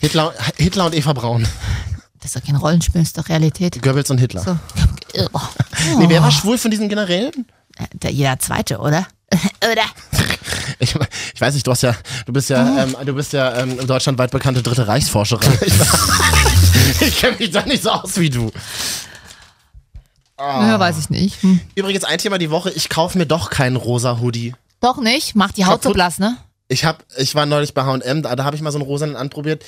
S2: Hitler, Hitler und Eva Braun.
S1: Das ist doch kein Rollenspiel, ist doch Realität.
S2: Goebbels und Hitler.
S1: So. Oh.
S2: Nee, wer war schwul von diesen Generälen?
S1: Der, jeder Zweite, oder? oder?
S2: Ich, ich weiß nicht, du hast ja, du bist ja, ähm, du bist ja ähm, deutschlandweit bekannte dritte Reichsforscherin. Ich- ich kenne mich da nicht so aus wie du. Ah.
S1: Ja, weiß ich nicht. Hm.
S2: Übrigens, ein Thema die Woche, ich kaufe mir doch keinen rosa Hoodie.
S1: Doch nicht, macht die Haut so
S2: Kaputt.
S1: blass, ne?
S2: Ich hab, ich war neulich bei H&M, da, da habe ich mal so einen rosanen anprobiert.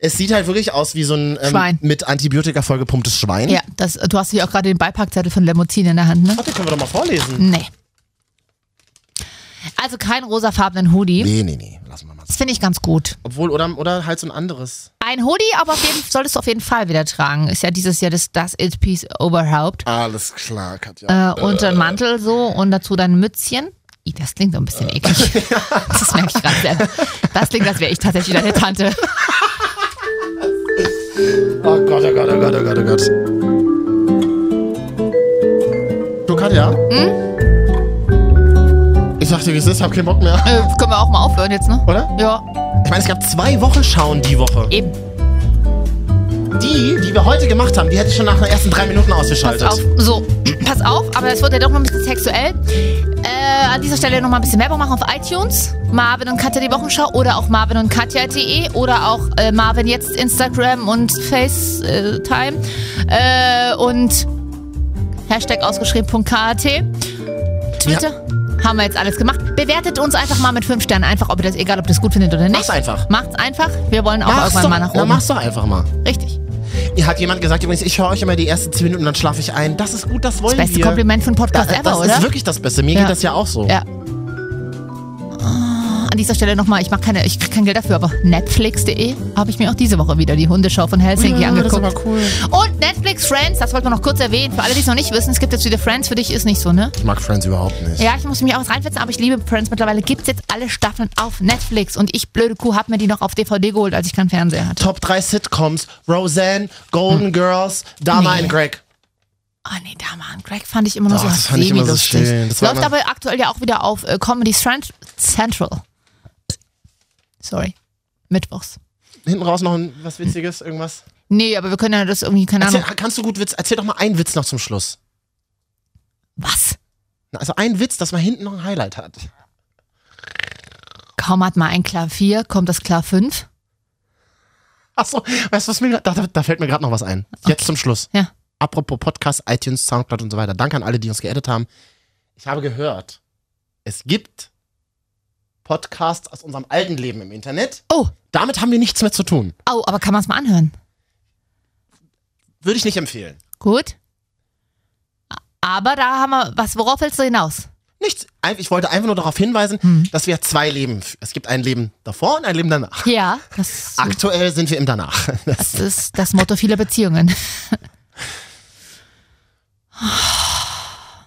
S2: Es sieht halt wirklich aus wie so ein ähm,
S1: Schwein.
S2: mit Antibiotika vollgepumptes Schwein.
S1: Ja, das, du hast hier auch gerade den Beipackzettel von Lemozin in der Hand, ne?
S2: Warte, können wir doch mal vorlesen.
S1: Nee. Also kein rosafarbenen Hoodie.
S2: Nee, nee, nee, lassen wir mal.
S1: Das finde ich ganz gut.
S2: Obwohl, oder, oder halt so ein anderes.
S1: Ein Hoodie, aber auf jeden, solltest du auf jeden Fall wieder tragen. Ist ja dieses Jahr das, das It-Piece überhaupt.
S2: Alles klar, Katja.
S1: äh, und einen Mantel so und dazu dann ein Mützchen. Ih, das klingt so ein bisschen eklig. Das merke ich gerade selber. Das klingt, als wäre ich tatsächlich deine Tante. Äh,
S2: Oh Gott, oh Gott, oh Gott, oh Gott, oh Gott. Du, Katja?
S1: Hm?
S2: Ich sag dir, wie es ist, hab keinen Bock mehr.
S1: Äh, können wir auch mal aufhören jetzt, ne?
S2: Oder?
S1: Ja,
S2: Ich meine, es gab zwei Wochen schauen die Woche.
S1: eben.
S2: Die, die wir heute gemacht haben, die hätte ich schon nach den ersten drei Minuten
S1: Pass
S2: ausgeschaltet.
S1: auf. So, pass auf, aber es wird ja doch noch ein bisschen sexuell. Äh, an dieser Stelle nochmal ein bisschen Werbung machen auf iTunes. Marvin und Katja die Wochenschau oder auch Marvin und Katja.de oder auch äh, Marvin jetzt Instagram und FaceTime. Äh, und Hashtag ausgeschrieben Punkt KAT. Twitter. Haben wir jetzt alles gemacht. Bewertet uns einfach mal mit 5 Sternen. Einfach, ob ihr das, egal ob ihr das gut findet oder nicht.
S2: Mach's einfach.
S1: Macht's einfach. Wir wollen auch
S2: Mach's
S1: irgendwann
S2: doch,
S1: mal nach
S2: na,
S1: oben.
S2: mach's doch einfach mal.
S1: Richtig.
S2: Ihr hat jemand gesagt, übrigens, ich höre euch immer die ersten zehn Minuten und dann schlafe ich ein. Das ist gut, das wollen
S1: Beste
S2: wir.
S1: Kompliment für einen
S2: Da,
S1: Podcast
S2: das
S1: ever, oder?
S2: ist wirklich das Beste. Mir
S1: Ja.
S2: geht das ja auch so.
S1: Ja. Ah, An dieser Stelle nochmal, ich mach keine, ich krieg kein Geld dafür, aber Netflix.de habe ich mir auch diese Woche wieder die Hundeschau von Helsinki
S2: Ja, das ist
S1: angeguckt.
S2: aber cool.
S1: Und Netflix Friends, das wollte man noch kurz erwähnen. Für alle, die es noch nicht wissen, es gibt jetzt wieder Friends, für dich ist nicht so, ne?
S2: Ich mag Friends überhaupt nicht.
S1: Ja, ich muss mich auch was reinfetzen, aber ich liebe Friends. Mittlerweile gibt es jetzt alle Staffeln auf Netflix und ich, blöde Kuh, hab mir die noch auf DVD geholt, als ich keinen Fernseher hatte.
S2: Top 3 Sitcoms: Roseanne, Golden Girls, Dama
S1: Hm. Nee.
S2: und Greg.
S1: Ah nee, da Mann, Greg fand ich immer nur
S2: Doch,
S1: so
S2: das fand ich immer so
S1: semi-lustig.
S2: schön. Das war
S1: Läuft
S2: immer-
S1: aber aktuell ja auch wieder auf äh, Comedy Strand- Central. Sorry. Mittwochs.
S2: Hinten raus noch ein, was Witziges, irgendwas.
S1: Nee, aber wir können ja das irgendwie, keine
S2: Erzähl,
S1: Ahnung.
S2: kannst du gut Witz? Erzähl doch mal einen Witz noch zum Schluss.
S1: Was?
S2: Also ein Witz, dass man hinten noch ein Highlight hat.
S1: Kaum hat man ein Klar 4, kommt das Klar 5.
S2: Achso, weißt du, was mir grad- da, da, da fällt mir gerade noch was ein. Jetzt zum Schluss.
S1: Ja.
S2: Apropos Podcast, iTunes, Soundcloud und so weiter. Danke an alle, die uns geedit haben. Ich habe gehört, es gibt Podcasts aus unserem alten Leben im Internet.
S1: Oh,
S2: Damit haben wir nichts mehr zu tun.
S1: oh, aber kann man es mal anhören?
S2: Würde ich nicht empfehlen.
S1: Gut. A- Aber da haben wir was, worauf willst du hinaus?
S2: Nichts. Ein- Ich wollte einfach nur darauf hinweisen, dass wir zwei Leben. f- Es gibt ein Leben davor und ein Leben danach.
S1: Ja, das,
S2: Aktuell sind wir im Danach. Das-
S1: das ist das Motto vieler Beziehungen.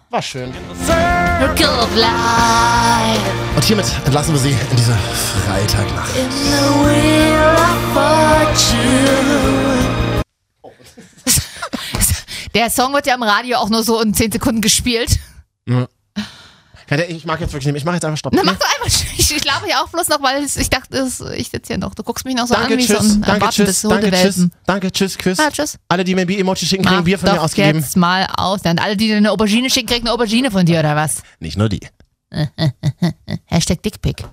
S2: War schön.
S1: Circle of life
S2: Und hiermit entlassen wir Sie in dieser Freitagnacht.
S1: in the wheel of fortune. Der Song wird ja im Radio auch nur so in 10 Sekunden gespielt.
S2: Ja, der- Ich mag jetzt wirklich nicht. mehr. Ich mache jetzt einfach Stopp.
S1: Na, mach doch einfach. Ich, ich labe ja auch bloß noch, weil es- ich dachte, es- ich sitze hier noch. Du guckst mich noch so
S2: Danke,
S1: an, wie so
S2: tschüss.
S1: ein am
S2: Danke,
S1: Warten
S2: tschüss.
S1: bis
S2: Danke, tschüss.
S1: Hundewelpen.
S2: Danke, tschüss. Quiz.
S1: Ah, tschüss.
S2: Alle, die mir ein Bier-Emoji schicken, kriegen
S1: Mach
S2: Bier von mir
S1: doch
S2: ausgegeben.
S1: jetzt mal aus. Dann alle, die dir eine Aubergine schicken, kriegen eine Aubergine von dir, oder was?
S2: Nicht nur die.
S1: Hashtag Dickpick.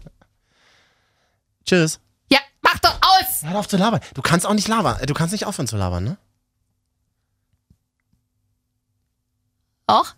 S2: Tschüss.
S1: Ja, mach doch aus!
S2: Hör auf zu labern. Du kannst auch nicht labern. Äh, Du kannst nicht aufhören zu labern, ne?
S1: Och?